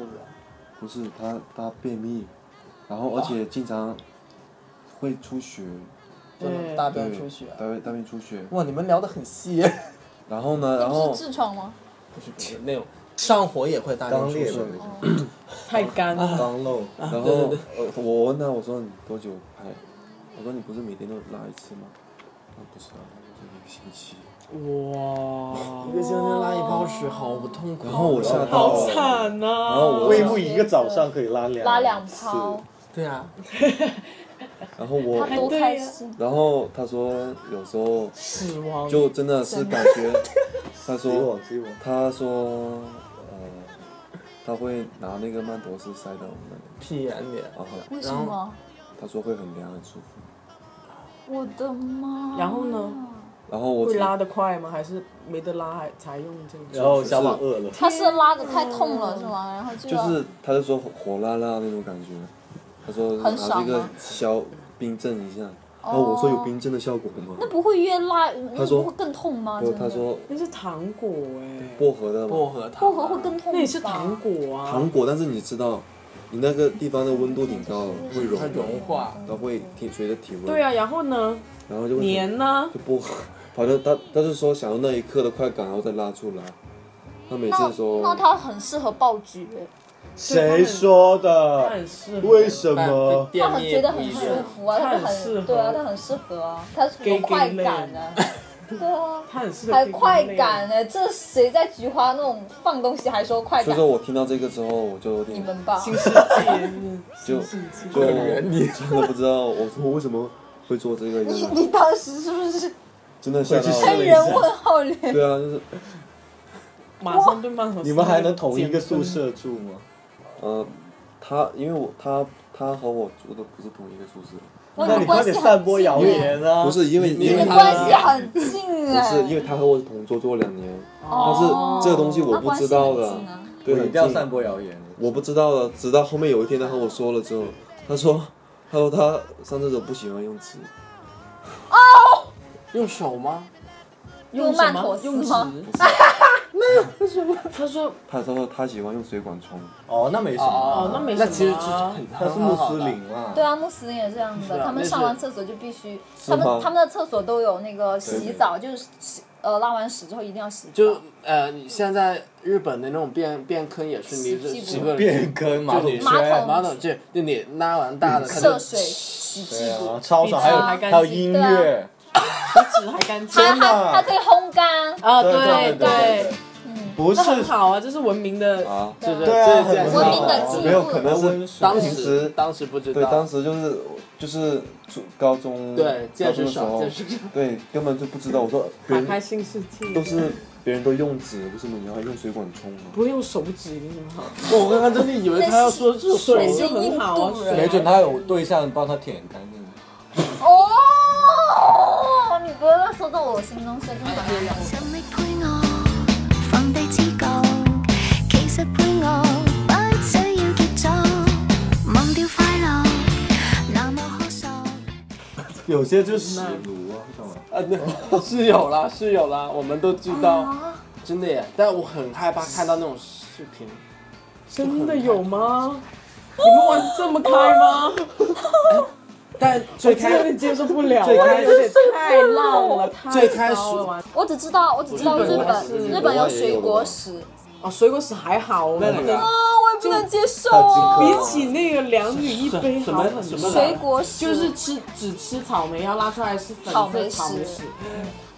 不是他他便秘，然后而且经常会出血，
不能大便出血。
大便大便出血，
哇，你们聊得很细，
然后呢，然后
是痔疮吗？
不是不是那种上火也会大便
刚
出
烈
血
吧，
太干了，
刚漏，
然后呃我问他我说你多久排？我说你不是每天都拉一次吗？他说不是啊，我说一个星期。
哇，
一个星期拉一泡屎，好痛苦。
然后我
哦
吓到
好
了，
惨
啊
啊
然后
呐！
我
魏木一个早上可以拉两
拉两
次
泡，
对啊，
然后
他
我
多开心。
然后他说有时候
死亡
就真的是感 觉，他
激我
说
激我，
他说呃他会拿那个曼陀斯塞到我们那里，
屁眼里。
然后
为什么？
他说会很凉很舒服，
我的妈！
然后呢？
然后我
会
只
拉得快吗？还是没得拉还才用这个？
然后小马饿了，
他是拉的太痛了是吗？然后就
就
要
是他就说火辣辣那种感觉，他说
很
拿
爽
这个
吗哦
消冰镇一下，然后我说有冰镇的效果吗？
那不会越拉，那
他说
不会更痛吗？
然后
真的
他说
那是糖果哎，
薄荷的
薄
嘛，
荷糖，
薄荷会更痛吧，
那也是糖果啊。
糖果，但是你知道，你那个地方的温度挺高的，会融
它融化，
它会体随着体温，
对啊，然后呢？
然后就会
粘呢？
就不，反正他他是说想要那一刻的快感，然后再拉出来。他每
那
次说，
那哦他很适合爆菊，
谁说的？
但是
为什么？
他很觉得很舒服啊，
他
他
很
就
适
很
合
对啊，他很适合啊，他有快感啊，对啊，
它很适合
还
配方
快
类
感呢，这谁在菊花那种放东西还说快
所以
感？
说我听到这个之后，我就有
你
点
们吧，
就就真的不知道，我 说为什么会做这个，
你你当时是不是
真的吓
回
到
去
了
试
黑
了一
人问号脸？
对啊，就是
马上对曼妥思
你们还能同一个宿舍住吗？
呃，他因为我他他和我住的不是同一个宿舍，
哇
那
们
你快
关系很
点散播
近
谣
哎
言啊！
不是因为因
你
为
们
他
关系很近
不
哎、
是因为他和我是同桌做了两年，但
哦
是这个东西我不知道的，
那关系很近啊
对，
我
很
一定要
近
散播谣言。
我不知道的，直到后面有一天他和我说了之后，他说他说他上厕所不喜欢用纸，
用手吗？
用曼妥思吗？
不是
他说
他他说他喜欢用水管冲，
哦，那没什
哦，那
么，
没什么啊
那其实就是很
他是穆斯林嘛。
对啊，穆斯林也这样
是
的，
啊
他们
那
上
是
完厕所就必须，
是
他们
吗
他们的厕所都有那个洗
对
澡，就是洗呃拉完屎之后一定要洗澡。
就呃，你现在日本的那种便便坑也是你这
洗屁股
洗个
变更马
就
桶
马
圈
桶，
马桶就就你拉完大的，它
涉
就
水洗
对
屁股
啊，，超爽，还有
比纸还
还
干净
有音乐，
比纸还干
它
净
真的
它它可以烘干。
啊，
对
对
对，，
嗯
不是
这很好啊，这是文明的，
啊，
对
对
啊
对啊，很
这这
不
文
好
明的进步
没有可能是
当
平
时
时
当时不知
对
道，
当时就是就是初高中
对
高
见
中
识
的时
少，
候
见，识少。
对根本就不知道，我说别
打
人
开新世界，
都是别人都用纸，为什么你要用水管冲呢？
啊
不用手指已经很好了，
我刚刚真的以为他要说热
那
水
是
就很好啊
印度人
没准他有对象帮他舔干净。
哦，你不要说到我心中事，真的很有。
尽力配我，放低知覺，其實配我不需要結束，忘掉快樂，那麼可塑。
有些就屎炉啊，知道吗？
啊，那 是有啦，是有啦，我们都知道，
啊
真的耶。但我很害怕看到那种视频，
真的有吗？你们玩这么开吗？
但
我
最
真的有
开
点接受不了，啊
最开始
有点太浪了，
最
太
开始哦
骚了玩
我只知道，我只知道
日
日
本
本
是，
日本有水果屎
哦，水果屎还好，我
那
们
那
不
个
能
啊，我也不能接受啊。
还有
比
荆轲
起那个两女一杯
什
好
么
很
什
多
么
水果屎
就是吃只吃草莓，要拉出来是粉
草
色
莓
草
屎
莓屎，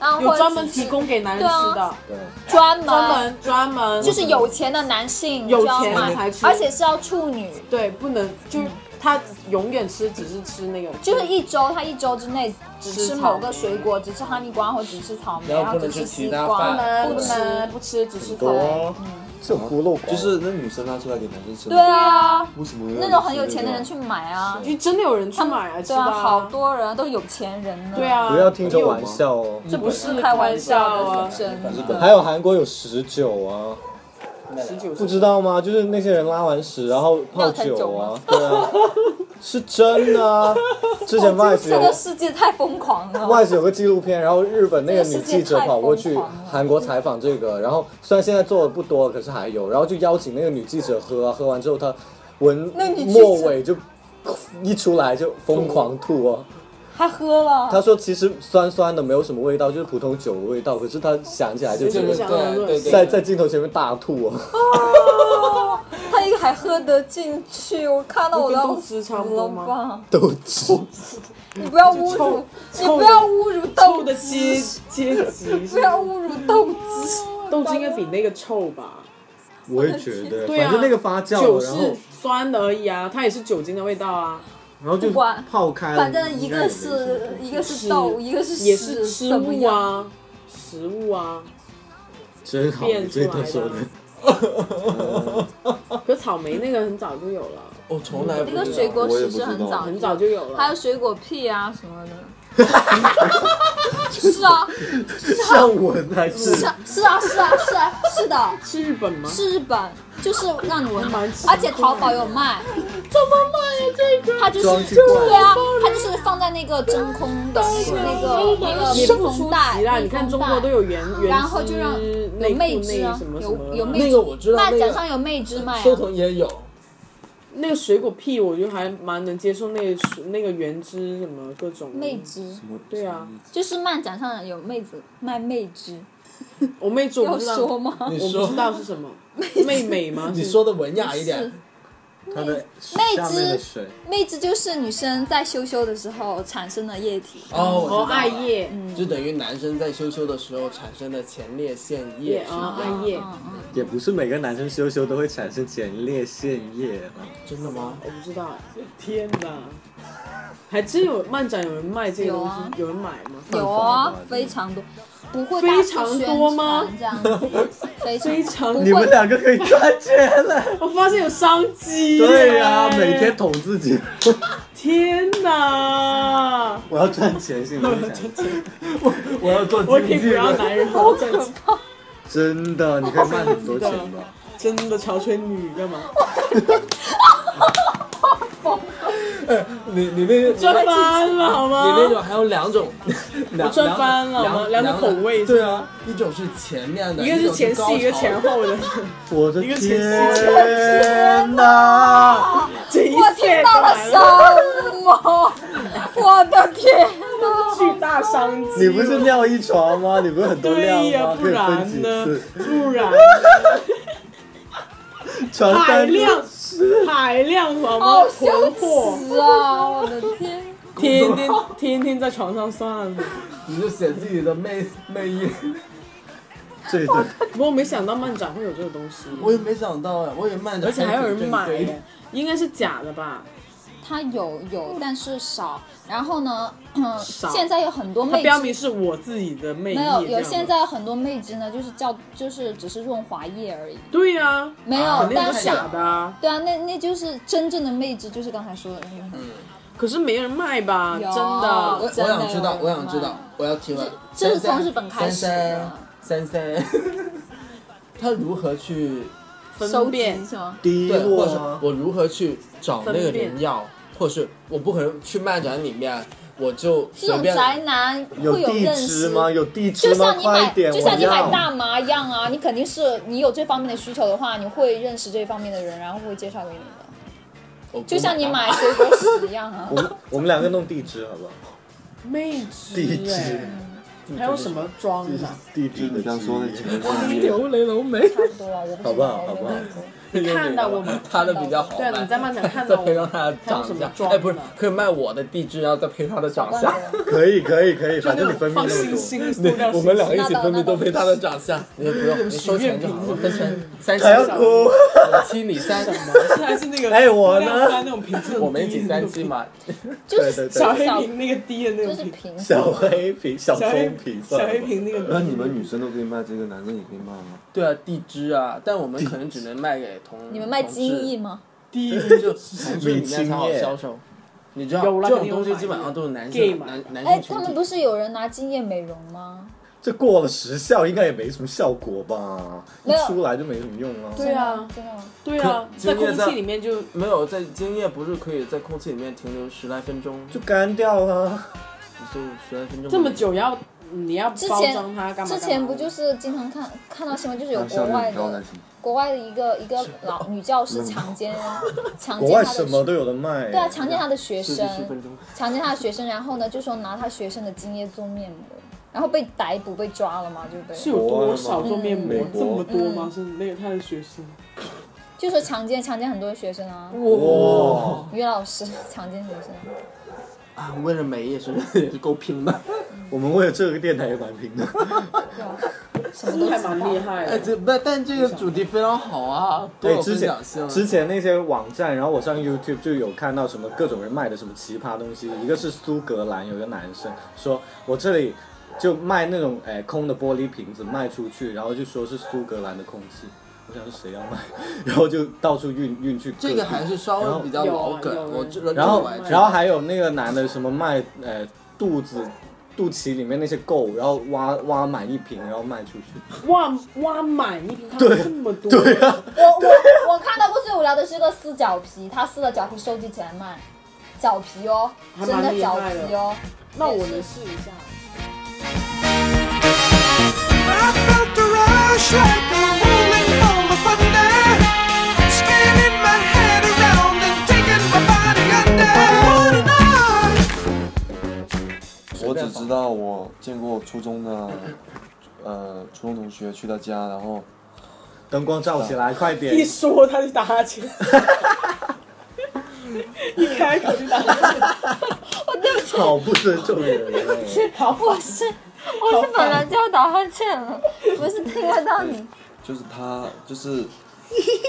然后或
有
者
专门
只是
提供给男人
对啊
吃的，
专
专
门
门专门
就是有钱的男性
有
就要
钱
买
才吃
而且是要处女，
对，不能就是他永远吃，只是吃那个，
就是一周他一周之内只吃
吃
某个水果，只吃哈密瓜或只吃草莓，
然
然
后
后只
不能
吃
吃其
西
他
瓜，
饭
不
不
吃
能。不吃，只吃草莓。
多是有孤陋寡闻
就是那女生拿出来给男生吃，
对，啊，
为什么要
那种很有钱的人去买啊，
就真的有人去买啊，吃
对
的
啊，
啊
好，多人都有钱人呢。
对，啊，
不要听着玩笑哦。
这不是
开
开
玩
玩笑
笑的
啊，
是真的。
还有韩国有十九啊，
十九
不知道吗？就是那些人拉完屎然后泡酒啊，对啊，是真 的啊。之前外子
哦这
有
个世界太疯狂了。
外子有个纪录片，然后日本那个
这
女
个世界
记者跑过
太
去
疯狂了
韩国采访这个，然后虽然现在做的不多，可是还有，然后就邀请那个女记者喝啊，喝完之后她闻
那女记者
末尾就一出来就疯狂吐啊。
还喝了，
她说其实酸酸的没有什么味道，就是普通酒的味道，可是她想起来就觉
对
得
谁
对对对，
在在镜头前面大吐啊。
他一个还喝得进去，我看到我都
跟
要
豆汁
死
差不多
了
吗
吧！
都吃。
你不要侮辱
臭，
你不要侮辱
臭
豆
的阶
汁，
阶级，
不要侮辱豆 汁。
豆汁应该比那个臭吧？
我也觉得，
对啊
反正那个发酵
酒
了，
是
然后
酸的而已啊，它也是酒精的味道啊，
然后就
不管
泡开了。
反正一
应
个
该也没什么
是
东西
一个是豆，一个是
也是
屎
吃
怎么
物
样？
啊，食物啊，
真好，
变
你
出来的
这
嗯
段说的。
可草莓那个很早就有了，
我从来不
那
知
个
道
水果
我也
屎
不
是
知
很
道
早，
很早就有
还有
了。
水果屁啊什 么的。是啊，
像闻还是
是啊，是啊，是啊，是啊，是的，
是日本吗？
是日本，就是让你闻到
蛮奇，怪
而且淘宝有卖，怎么卖
啊
呀、这个？它就是对啊，它就是放在那个真空的那个那个密
也不
封
出
袋
奇啦，，
密
你看
封
中国
袋
都有原原
然后就让
汁
有
内
妹
裤
汁
内
啊
什，么什
有
么，
有妹
那个我知道
卖
那
展
个
上有妹汁卖啊，
收筒也有，
那个水果屁，我就还蛮能接受那个水那个原汁什么各种
妹汁
对啊，
就是漫展上有妹子卖妹汁，
我妹子我
要
不知道，
说吗？
你
我不
说
知道是什么，妹妹吗？
你
是
说的文雅一点
是，
它的
那
下面的
只
水？
妹子就是女生在羞羞的时候产生的液体，
哦，我知道
哦，
了
艾，
嗯
叶，
就等于男生在羞羞的时候产生的前列腺
叶
液是一
啊，
样
艾
的，
叶，
嗯
也不是每个男生羞羞都会产生前列腺液啊。
嗯
真的吗？
我不知道，天哪！还真有漫展有人卖这个东西，
有啊
有人买吗？
有啊，非常多，不会大
非
肆
常
宣
多吗
传这样子，非常
非常
不
你们
会
两个可以赚钱 了。
我发现有商机。
对呀、
啊
每天。捅自己，
天哪！
我要赚钱，信不信？我我要做
我可以
经纪
不要
人，
男人好可怕！
真的，你可以卖很多钱的。
真的潮吹女 干嘛？
你你那
赚翻了好
你
吗？
那种还有两种， 两
哦我赚翻了好吗两种口味
对啊，一种是前面的，
一个是前
种
戏，一个
高潮
前后的。
我的
一个前
天哪！
这一
我
切
听到了
来了
声哦，我的天哪！
巨大商机。哦
你不是尿一床吗？你不是很多尿
对呀
吗？，
不
可以分
然
几
呢
次？？
不然
床
海
单
量海量好吗
好？羞
囤货，
耻啊！我的天，
天天天天在床上算了。
你就写自己的魅魅 力。
这一顿
不过没想到漫展会有这个东西，
我也没想到哎，我也慢着，
而且还有人买耶，应该是假的吧？
它有有，但是少。然后呢，
少
现在有很多
它
妹
标
纸
明是我自己的魅力，
没有
这样
有，
吗
现在很多妹纸呢，就是叫就是只是润滑液而已，
对呀，
没有。
肯定
哦但
是
是
假的啊，
对啊，那那就是真正的妹纸，就是刚才说的那种。
可是没人卖吧？
有
嗯真
我
的，
我想知道，我想知
啊
道，我要提问。
这是从日本开始的
三三，三三，他如何去
呃收
分
集
辨
是吗？
低
对，或
落
者是
啊，
我如何去找那个
分辨
人要，或者是我不可能去漫展里面，我就
这
随
种
便
宅男会
有
认
地
识
址吗？有地址
就
吗？
像你
快
买，
点，
就像你
我要
买大麻一样啊，你肯定是你有这方面的需求的话，你会认识这方面的人，然后会介绍给你的。
哦我不
就像你
买
买水果屎一样啊
我，们我们两个弄地址好不好？
妹纸
地址
哎，，还有什么装的？
地
就
址
是
的
你刚说的
记忆
前面
刘雷龙梅，
差不多啊，我不知道
好不好？
我
好
没
不好？
买过
你
看到我吗
他的比较好
对啊，你
卖。
在漫展看
再
到我
配上他的
还有什
长
么啊
相，
装
哎，不是
的，
可以卖我的地址，然后再配他的长 相。
可以可以可以，
就那
反正
种
你分泌
放
那么
星
多，
星塑料
我
星
们两个一起分别都配他的长相，你也不用，你收钱就好了，分成 三十
还要哭？
七你三，
星，还是那个
哎我呢
塑料酸那种瓶子，
我们一起三七嘛。
就
对
是
对
小
对，
黑瓶那个低的那
就
种
是
瓶，
平
小黑瓶、小
小黑
棕瓶，
小
算
黑
了吧。
瓶那个
那你们女生都可以卖这个，男生也可以卖吗？
对啊，地支啊，但我们可能只能卖给同
你们卖精益
吗？
吗？
第一就同志里面才好 销售。你知道
有啦
这种东
肯定有
西
买
基本上都是男
gay
性
嘛
男男
哎，
性
他
群
们
体。
不是有人拿精液美容吗？
这过了时效，应该也没什么效果吧？一
没有
出来就没什么用啊。
对啊，
真的吗？
对啊，
可
在空
今天在
气里面就
没有在精液不是可以在空气里面停留十来分钟，
就干掉了。
就十来分钟
这么久要你要
之
包
前
装它干嘛？
之前不就是经常看看到新闻，就是有
那
国
效率
外
很高才
的
行。
国外的一个一个老女教师强奸啊强
国
奸
外
她
什
的
么都有的卖。哎
对啊，强奸他的学生
十分钟，
强奸他的学生，然后呢，就说拿他学生的精液做面膜，然后被逮捕被抓了嘛，对不
是
对？
有多少做面膜
美国
这么多吗？是那个他的学生，
就说强奸强奸很多学生啊，
哇，
于老师强奸学生，
啊，为了美也是也是够拼的。
我们为了这个电台也蛮拼的。
什么
这
都
还
知道
蛮厉害
哎，
的。
这但但这个主题非常好啊，多
对，
有
之
分
前
享性啊。
之前那些网站，然后我上 YouTube 就有看到什么各种人卖的什么奇葩东西，一个是苏格兰有个男生说，我这里就卖那种哎空的玻璃瓶子卖出去，然后就说是苏格兰的空气。我想是谁要卖， 然后就到处运运去各地。
这个还是稍微比较老梗
有啊有，啊
我这
然后
这个我还
然后还有那个男的什么卖呃肚子肚脐里面那些垢，然后挖挖满一瓶，然后卖出去。
哇挖满一瓶，他们这么多，
对啊，
我我我看到过最无聊的是个撕脚皮，他撕了脚皮收集起来卖，脚皮哦，
还
真
蛮
的
厉
脚
害的
皮哦，
那我能试一下。
I felt the rush like a rolling ball of thunder, spinning my head around and taking my body under. On and on.
我只知道我见过初中的，呃，初中同学去他家，然后
灯光照起来，快点
一！说他就打哈欠， 一开口就打哈欠。
好不尊重人哦。
我是我是本来就要打哈欠了，不是听得到你。
就是他就是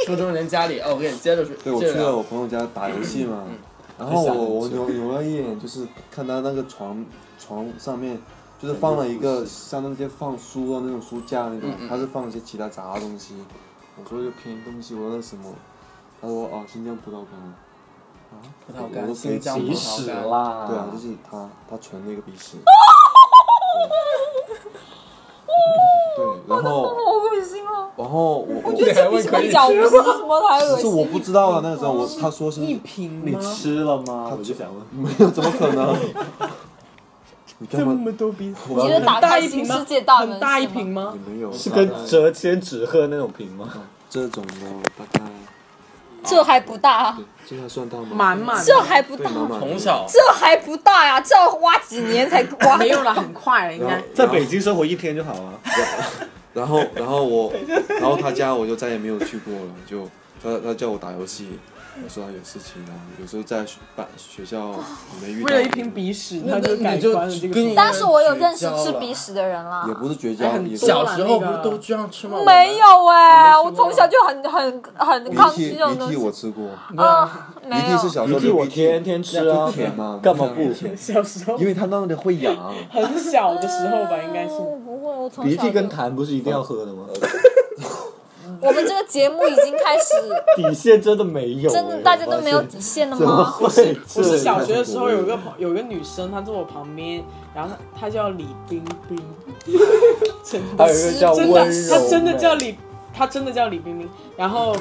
初中人家里，哦，我给你接着说。
对我
接
去
着聊
了我朋友家打游戏嘛， 然后
嗯想
我我
去
扭扭了一眼，就是看他那个床床上面，就是放了一个像那些放书啊的那种书架
嗯
那种，他是放一些其他杂的东西。我说就便宜东西，我说那什么？他说哦，新疆葡萄干。
啊葡萄
我
干，
都
新疆葡
鼻
萄
屎
干。
啦！
对啊，就是他他存那个鼻 屎。对，然
啊
后
好恶心哦！
然后我我
你还问可以
脚不是
吃
什么太恶
其实
心，
我不知道啊，那个时候我他说是
一瓶吗
你吃了吗？
他
我就想问，
没有，怎么可能？你
这
干嘛？
么多鼻屎，
你觉得打
大
开
一
新
瓶吗？
世界大门
很大一
是吗
瓶吗
也？没有，
是
大概
跟折千纸鹤那种瓶吗？
这种的大概，
这还不大啊
对，，这还算大吗？
满满
这还不
对
大，啊
满满的
从小
这还不大呀，这要挖几年才挖
没有了，很快了，应
然
该
后。
在北京生活一天就好了。
然后然后我，然后他家我就再也没有去过了，就他他叫我打游戏，我说他有事情，然后有时候在学办学校里面遇到，
为了一瓶鼻屎，他就
那
改
你就
观了这个
跟
说
你
法。
但是我有认识吃鼻屎的人啦
也，不是绝
哎
交，
很
也
多
是
小时候不是都这样吃吗？
没有哎、我
我没吃过
从小就很很很
鼻
抗
涕
拒这种东
鼻涕我
西
吃过，
啊，
鼻
没
涕
有
是。小时
鼻
候
涕
流
我
鼻涕
天天吃
那
啊
就甜嘛，，
干嘛不？
小时候
因为他那个会
啊
痒，
很小的时候吧，应该是。
我哦不会，我从
鼻
小就
涕跟痰不是一定要喝的吗？
我们这个节目已经开始，
底线真的没有，哎
真 的大家都没有
我发
底线了
现。怎
吗？
么会？
我
这
是
样
小学的时候有一个朋有一个女生，她坐我旁边，然后她她叫李冰冰，真的
还有一个叫
真
温
的，
柔，
她真的叫。李，她真的叫李冰冰。然后，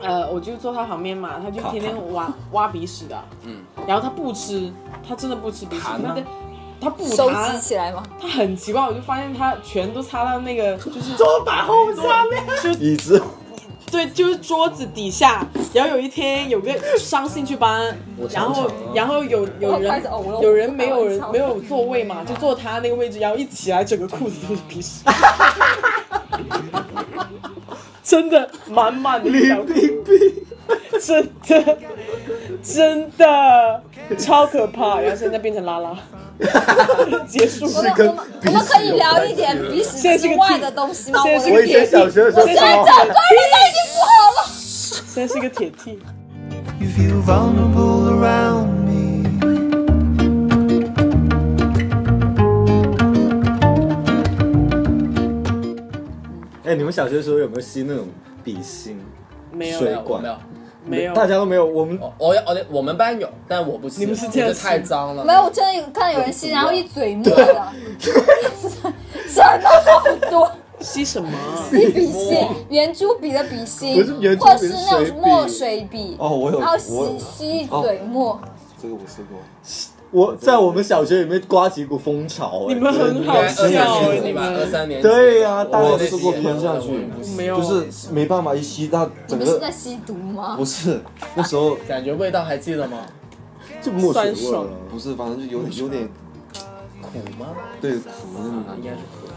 呃，我就坐她旁边嘛，她就天天挖挖鼻屎的，嗯，然后她不吃，她真的不吃鼻屎，
痰
她
吗
的她不
收
弹
集，起 来吗？
她很奇怪，我就发现她全都擦到那 个就是桌板后下面，就
椅子。
对，就是桌子底下。然后有一天有个上兴趣班，然后然后有有
我开
人
始哦呕了
有人没有
我开玩
人
笑
没有座位嘛，就坐他那个位置，然后一起来整个裤子都是鼻 屎，真的满满的小屁屁，真的真的超可怕。然后现在变成拉 拉，结束。
我们我们我们可以聊一点鼻屎
现在是
之
个
外
屁
的东西吗？
现在
我
是个
我
的
以
天，
前小学的时候
我现在整个人都已经不好了。
现在是个铁 T。
You feel vulnerable around me.
Win 哎，你们小学的时候有没有吸那种笔芯？
没有
水
没有，没有。
没有，
大家都没有。我们
我我我我们班有，但我不吸，
你们是
我
这样
觉得
吸
太脏了。
没有，我真的有看到有人吸，然后一嘴沫 的，真的好多
吸什么？啊
吸笔芯，圆珠笔的笔芯
不是圆，珠笔
或者是那种墨水笔，
哦，我有
然后
我
吸吸一
哦
嘴沫，
这个我试过，
我在我们小学里面刮起一股风潮，哎
你们很好
应该二
笑
三
哎
年级
你
吧，二
们。
三年级。
对呀大家
我
都
试过吞下去，
没有，
就是没办法一吸到
你
整
们是
个
在吸毒吗
不？是那时候
感觉味道还记得吗？
就墨水
酸
味了
爽。
呃不是，反正就有点有点
苦吗？
对苦的那种感
应
觉
该是，苦。
苦的。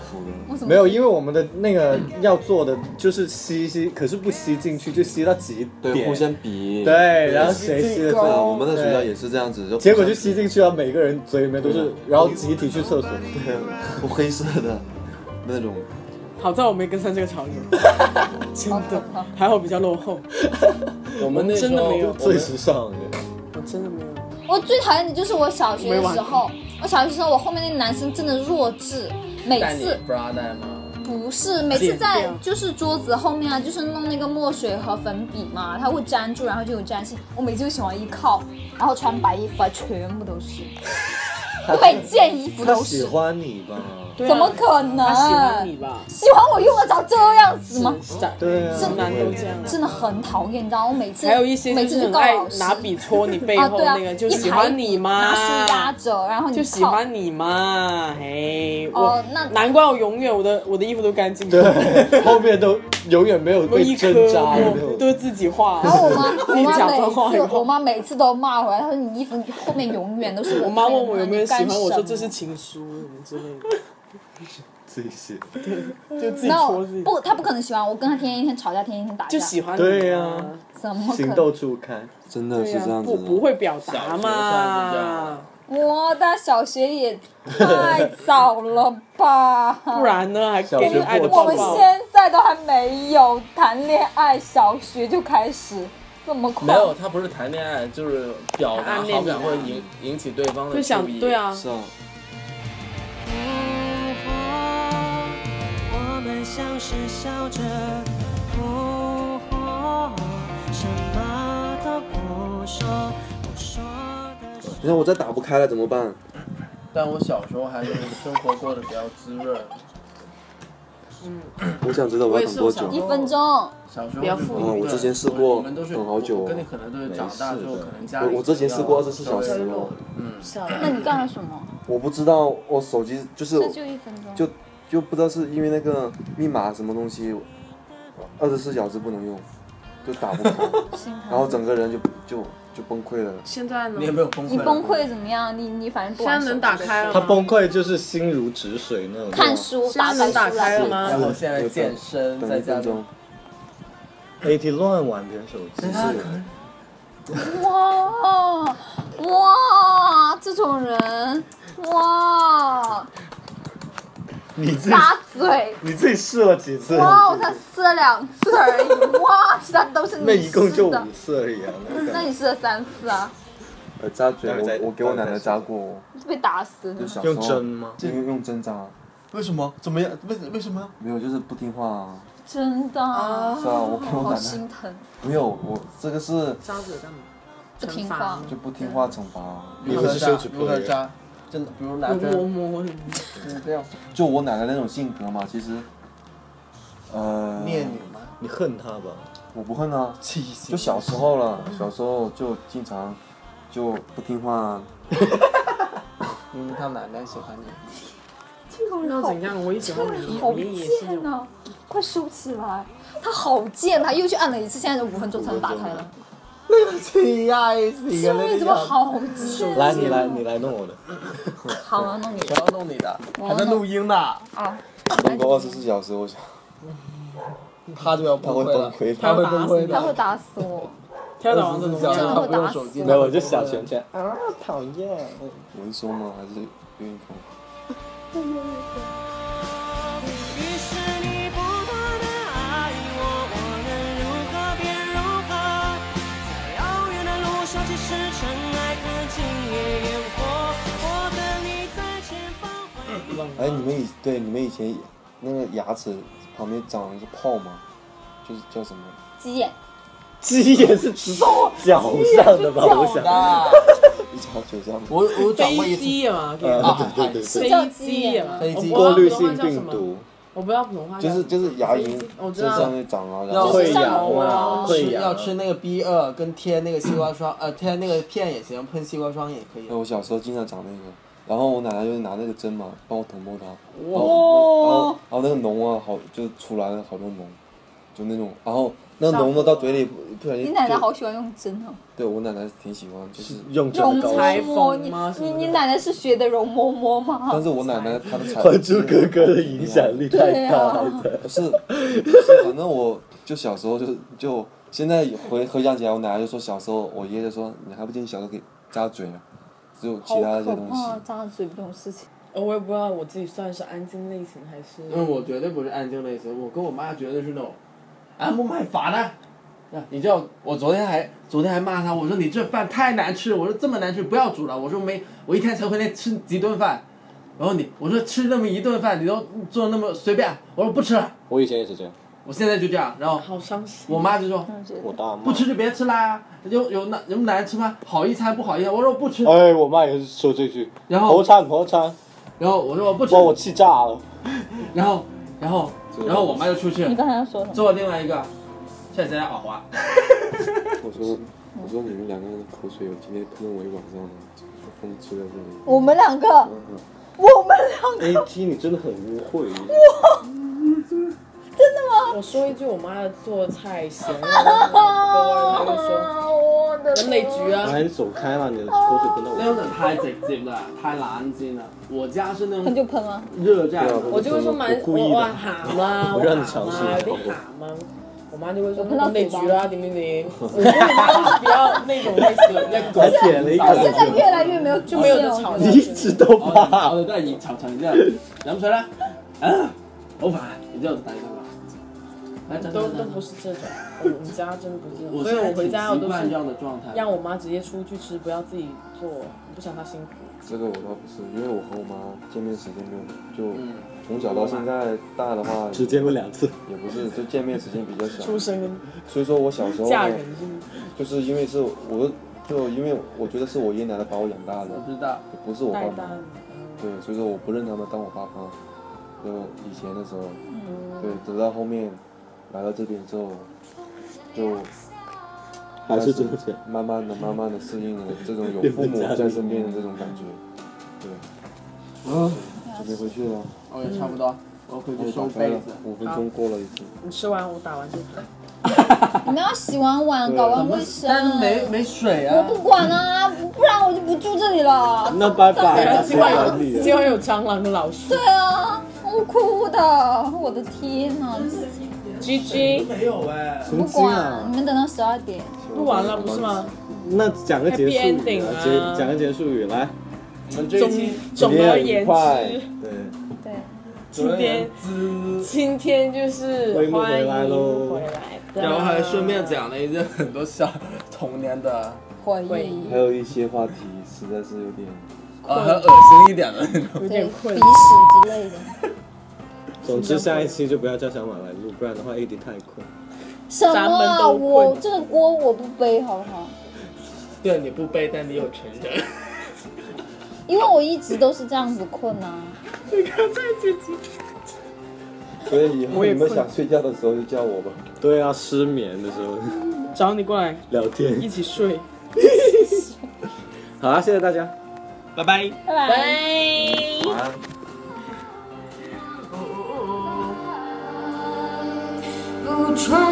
为什么
没有，因为我们的那个要做的就是吸吸，可是不吸进去，就吸到极
对，
点。
互相比。
对，然后谁吸的最
对啊，
多？
我们那学校也是这样子，就
结果就吸进去了，每个人嘴里面都是，然后集体去厕所。
对黑色的那种，
好在我没跟上这个潮流，真的，还好比较落后，
我们那时
真的
候
没有
我们
最时尚的，
我真的没有。
我最讨厌的就是我小学的时候，我小学时候我后面那个男生真的弱智，每
带你
次
bra 带吗？
哦
不是每次在就是桌子后面啊，就是弄那个墨水和粉笔嘛，它会粘住，然后就有粘性。我每次就喜欢一靠，然后穿白衣服啊，全部都 是，我每件衣服
他
都
喜
是，
欢你吧？
对啊
怎么可能？
他喜欢你吧？
喜欢我用得着这样子吗？
是的，
对啊，
直男都这样。
真的很讨厌，你知道吗？我每次
还有一些
每
就
次
是
就
很
告
爱
老师
拿笔戳你背
啊，
后
对啊，
那个，就
一
喜
排
欢你嘛，
拿书压着，然后你
就
嗯靠
喜欢你嘛，嘿，我
哦那
难怪我永远我的我的衣服都干净，没
对，后面都永远没有
有
被
一颗
针扎，也没
我
有
都是自己画。
然后我 妈，
自己讲脏
我
话
妈每
以
次，我
后，
妈每次都骂我，她说你衣服后面永远都是我
我
我
妈问我有没有喜欢，我说这是
是。
情书什么之类的，
自己写。
就自 己
那
戳
我
自己，
不，她不可能喜欢我，跟她天天一天吵架，天天一天打架，
就喜欢你。
对呀，
怎么可
情
能？
窦初开。
真的是这样子
啊不
的。
不会表达
小学算是这
嘛
样？
我的小学也太早了吧？
不然呢？还
小
给
学
你爱的
过
我
抱
们
抱。
现在都还没有谈恋爱，小学就开始这么快？
没有，他不是谈恋爱，就是表达
暗恋
好感
你
或者引引起对方的
就想
注意
对，啊，
是啊，
我们像是笑着哭活，什么都不说，不说的
你看我再打不开了怎么办？
但我小时候还是生活过得比较滋润，
我想知道我要等多久
我也是我想。
一分钟，
小时候
比较
是
富裕
不
嗯
会
我之前试
我
过
我们都是
等好久哦
我跟你可能都是长大之后，
没事的
可能家里
我我之前试过二十四
稍
小
微
时哦，
那你干了什么？
我不知道我手机就是
这就一分钟，
就就不知道是因为那个密码什么东西，二十四小时不能用，就打 不开，
心疼
然后整个人就就就崩溃了。
现在呢
你？有没有崩溃？
你崩溃怎么样？你你反正不
现
玩手
在
机
能打开了
他
吗？
崩溃就是心如止水那种。
看书，
现在能打
打
开了
嗯
书
吗
然？后现在健身，
等
在
一
家
分
中
钟，
AT 乱玩别人手机，
哇哇，这种人哇，
你自己
打嘴。
你自己试了几次？
哇，我才试了两次而已，哇，其他都是你
那一共
试
就
的
五，次而已啊。那个
那你试了三次啊，
呃，扎嘴
待会再
我我给我奶奶扎过哦，
被打死
就小时候
用针吗？
用用针扎，
为什么？怎么样？为为什么？
没有就是不听话啊，
真的啊，
是啊，我看我
好
奶
心
奶
疼，
没有我这个是
扎嘴干嘛？
不听
惩罚
话，
就不听话惩罚啊，
你不是羞耻
如
不
何
仁。
扎？真的，比如拿
摸
针，
摸，
就是这样
就我奶奶那种性格嘛，其实，呃，
虐你吗？
你恨他吧？
我不恨啊，
气
就
就
小时候了，小时候就经常就不听话啊，
因为他奶奶喜欢你，
那怎样？我也喜欢你，
哦好
我爷爷是那
贱
种。
啊！快收起来，他好贱，他又去按了一次，现在五分钟才能打开了，
气呀死
救命！怎么好贱？啊
来，你来，你来弄我的。
好，我弄你
不要弄你的，还在录音呢，
啊！
能够二十四小时，我想
他就要崩溃了
他会崩溃，
他会崩溃
他会
的。
打死我，
跳蚤王这种
小时
他
候
会
不
打
用
死
手机，
我
没有，我就小拳 拳啊，讨厌。
文松吗？还是运动？
于是你不断的爱我，我能如何便如何？在遥远的路上，即使尘埃可惊也烟火。我跟你在前方。
哎，你们以对你们以前那个牙齿旁边长了一个泡吗？就是叫什么？
鸡眼，
鸡也是指脚上的吧？我想。
啊
一条九上。
我我长过一
飞
次，
机嘛，给
啊，对对对
是叫鸡眼啊吗？
飞机
对，过滤性病毒，
我不知道普通话叫
就
什么
是就是牙龈
我知
这
道
上面长了，然
要
后
溃
上
疡
火
啊，
啊
溃
吃
疡啊
要吃那个 B 二跟贴那个西瓜霜，呃，贴那个片也行，喷西瓜霜也可以
嗯
对。我小时候经常长那个，然后我奶奶就拿那个针嘛，帮我捅破它，
哦
然后
哦
哇，
然后那个脓啊，好就出来了好多脓，就那种，然后那个脓呢到嘴里不不小心，
你奶奶好喜欢用针哦，
对我奶奶挺喜欢， 就是，
用这
容
个高
才
嬷
手。
嬷，
裁缝啊吗
你你你奶奶是学的容嬷嬷吗
但？是我奶奶她的 才
还珠格格的影响力太
啊
大了，
不是，不是反正我就小时候就就现在回回想起来，我奶奶就说小时候，我爷爷就说你还不进小时候给扎嘴啊，只有
好
其他那些
可
东西。
怕，张嘴这种事情。
哦我也不知道我自己算是安静类型还是
嗯，我绝对不是安静类型，我跟我妈绝对是那种，啊俺不买饭呢。那啊你知道我昨天还昨天还骂他，我说你这饭太难吃，我说这么难吃不要煮了，我说没我一天才回来吃几顿饭，然后你我说吃那么一顿饭你都做那么随便，我说不吃了，
我以前也是这样，
我现在就这样，然后
好伤心。
我妈就说
我大妈
不。吃就别吃啦，有有那有难吃吗？好一餐不好一餐，我说我不吃，
哎，我妈也是说这句，
然
婆
后
餐婆餐，
然后我说我不吃
把，我气炸了。
然后然后然后我妈就出去
你刚才要说什么？
做另外一个，现在在耳环。
我说我说你们两个人的口水，我今天喷了我一晚上了，风吹在这里。哎
我们两个，我们两个
A T，你真的很污秽。
真的吗？
我说一句我妈的做菜咸了， 然后就说
我的
人美局啊，
哎，你走开了，你的口水喷到
那
我。
种太直接了，太冷静了。我家是那
喷就
种
喷吗？
热战的，
我就会说蛮
我故意
我
的
哇喊吗？
我
我
让你
喊
尝
吗
试一下
有点喊吗？我妈就会说
我看到
人美
嘴巴
局啊，点点 点。我跟我妈就是比较那种类型的，
还舔了一
啊
我现在
口，
越来越没有就
没有在吵架
你一直都
好
怕。
的，但你哎尝尝一下，咱们谁来？啊，我反，你知道我打你干嘛？
都都不是这种，我们家真的不是这种，
我
所以我
现在
回
挺
家我
习
都
惯这样
是
的状态。
让我妈直接出去吃，不要自己做，我不想她辛苦。
这个我倒不是，因为我和我妈见面时间没有，就
嗯
从小到现在大的话
只见过两次，
也不是，就见面时间比较少。
出生跟
所以说我小时候
嫁人是不是
就是因为是我的，就因为我觉得是我爷爷奶奶把我养大的
我，知道，
也不是我
带
爸妈
单。。
对，所以说我不认他们当我爸妈。就以前的时候，
嗯
对，直到后面来到这边之后，就
还是这些。
慢慢的、慢慢的适应了这种有父母在身边的这种感觉。对，啊，准备回去了，
我也差不多，我回去
我
收
打开
被
了
子。，
五分钟过了已经。
你吃完我打完就
你们要洗完碗，
对
搞完卫生。
但是没没水啊。
不管啊，不不然我就不住这里了。
那拜拜
然
了，
后今晚
啊
有今晚有蟑螂跟老鼠。
对啊，我哭的，我的天呐！
G G，
没有哎。
重
不
新
管，
啊
你！们等到十二点。
不玩了不是吗？
那讲个结束
Happy
语
ending
啊
啊，
结讲个结束语来。
我们这
总
一期
总而言之，
对，
对，
总而言之，
今天就是
回不
欢
回
迎
来喽
回来的，
然后还顺便讲了一些很多小童年的，
回
回
忆
还有一些话题实在是有点，
呃，很恶心一点的那种。
有
对
点
鼻
困。
屎之类的。
总之下一期就不要叫小马来录，不然的话 AD 太困。
什么
咱们
啊？
都困
我这个锅我不背好不好？
对，你不背，但你有成人。
因为我一直都是这样子困啊。
所以以后你们想睡觉的时候就叫我吧。
对啊，失眠的时候
找你过来
聊
一
天。
起睡，
好啊，谢谢大家。
拜拜。
拜拜。
晚安。
不穿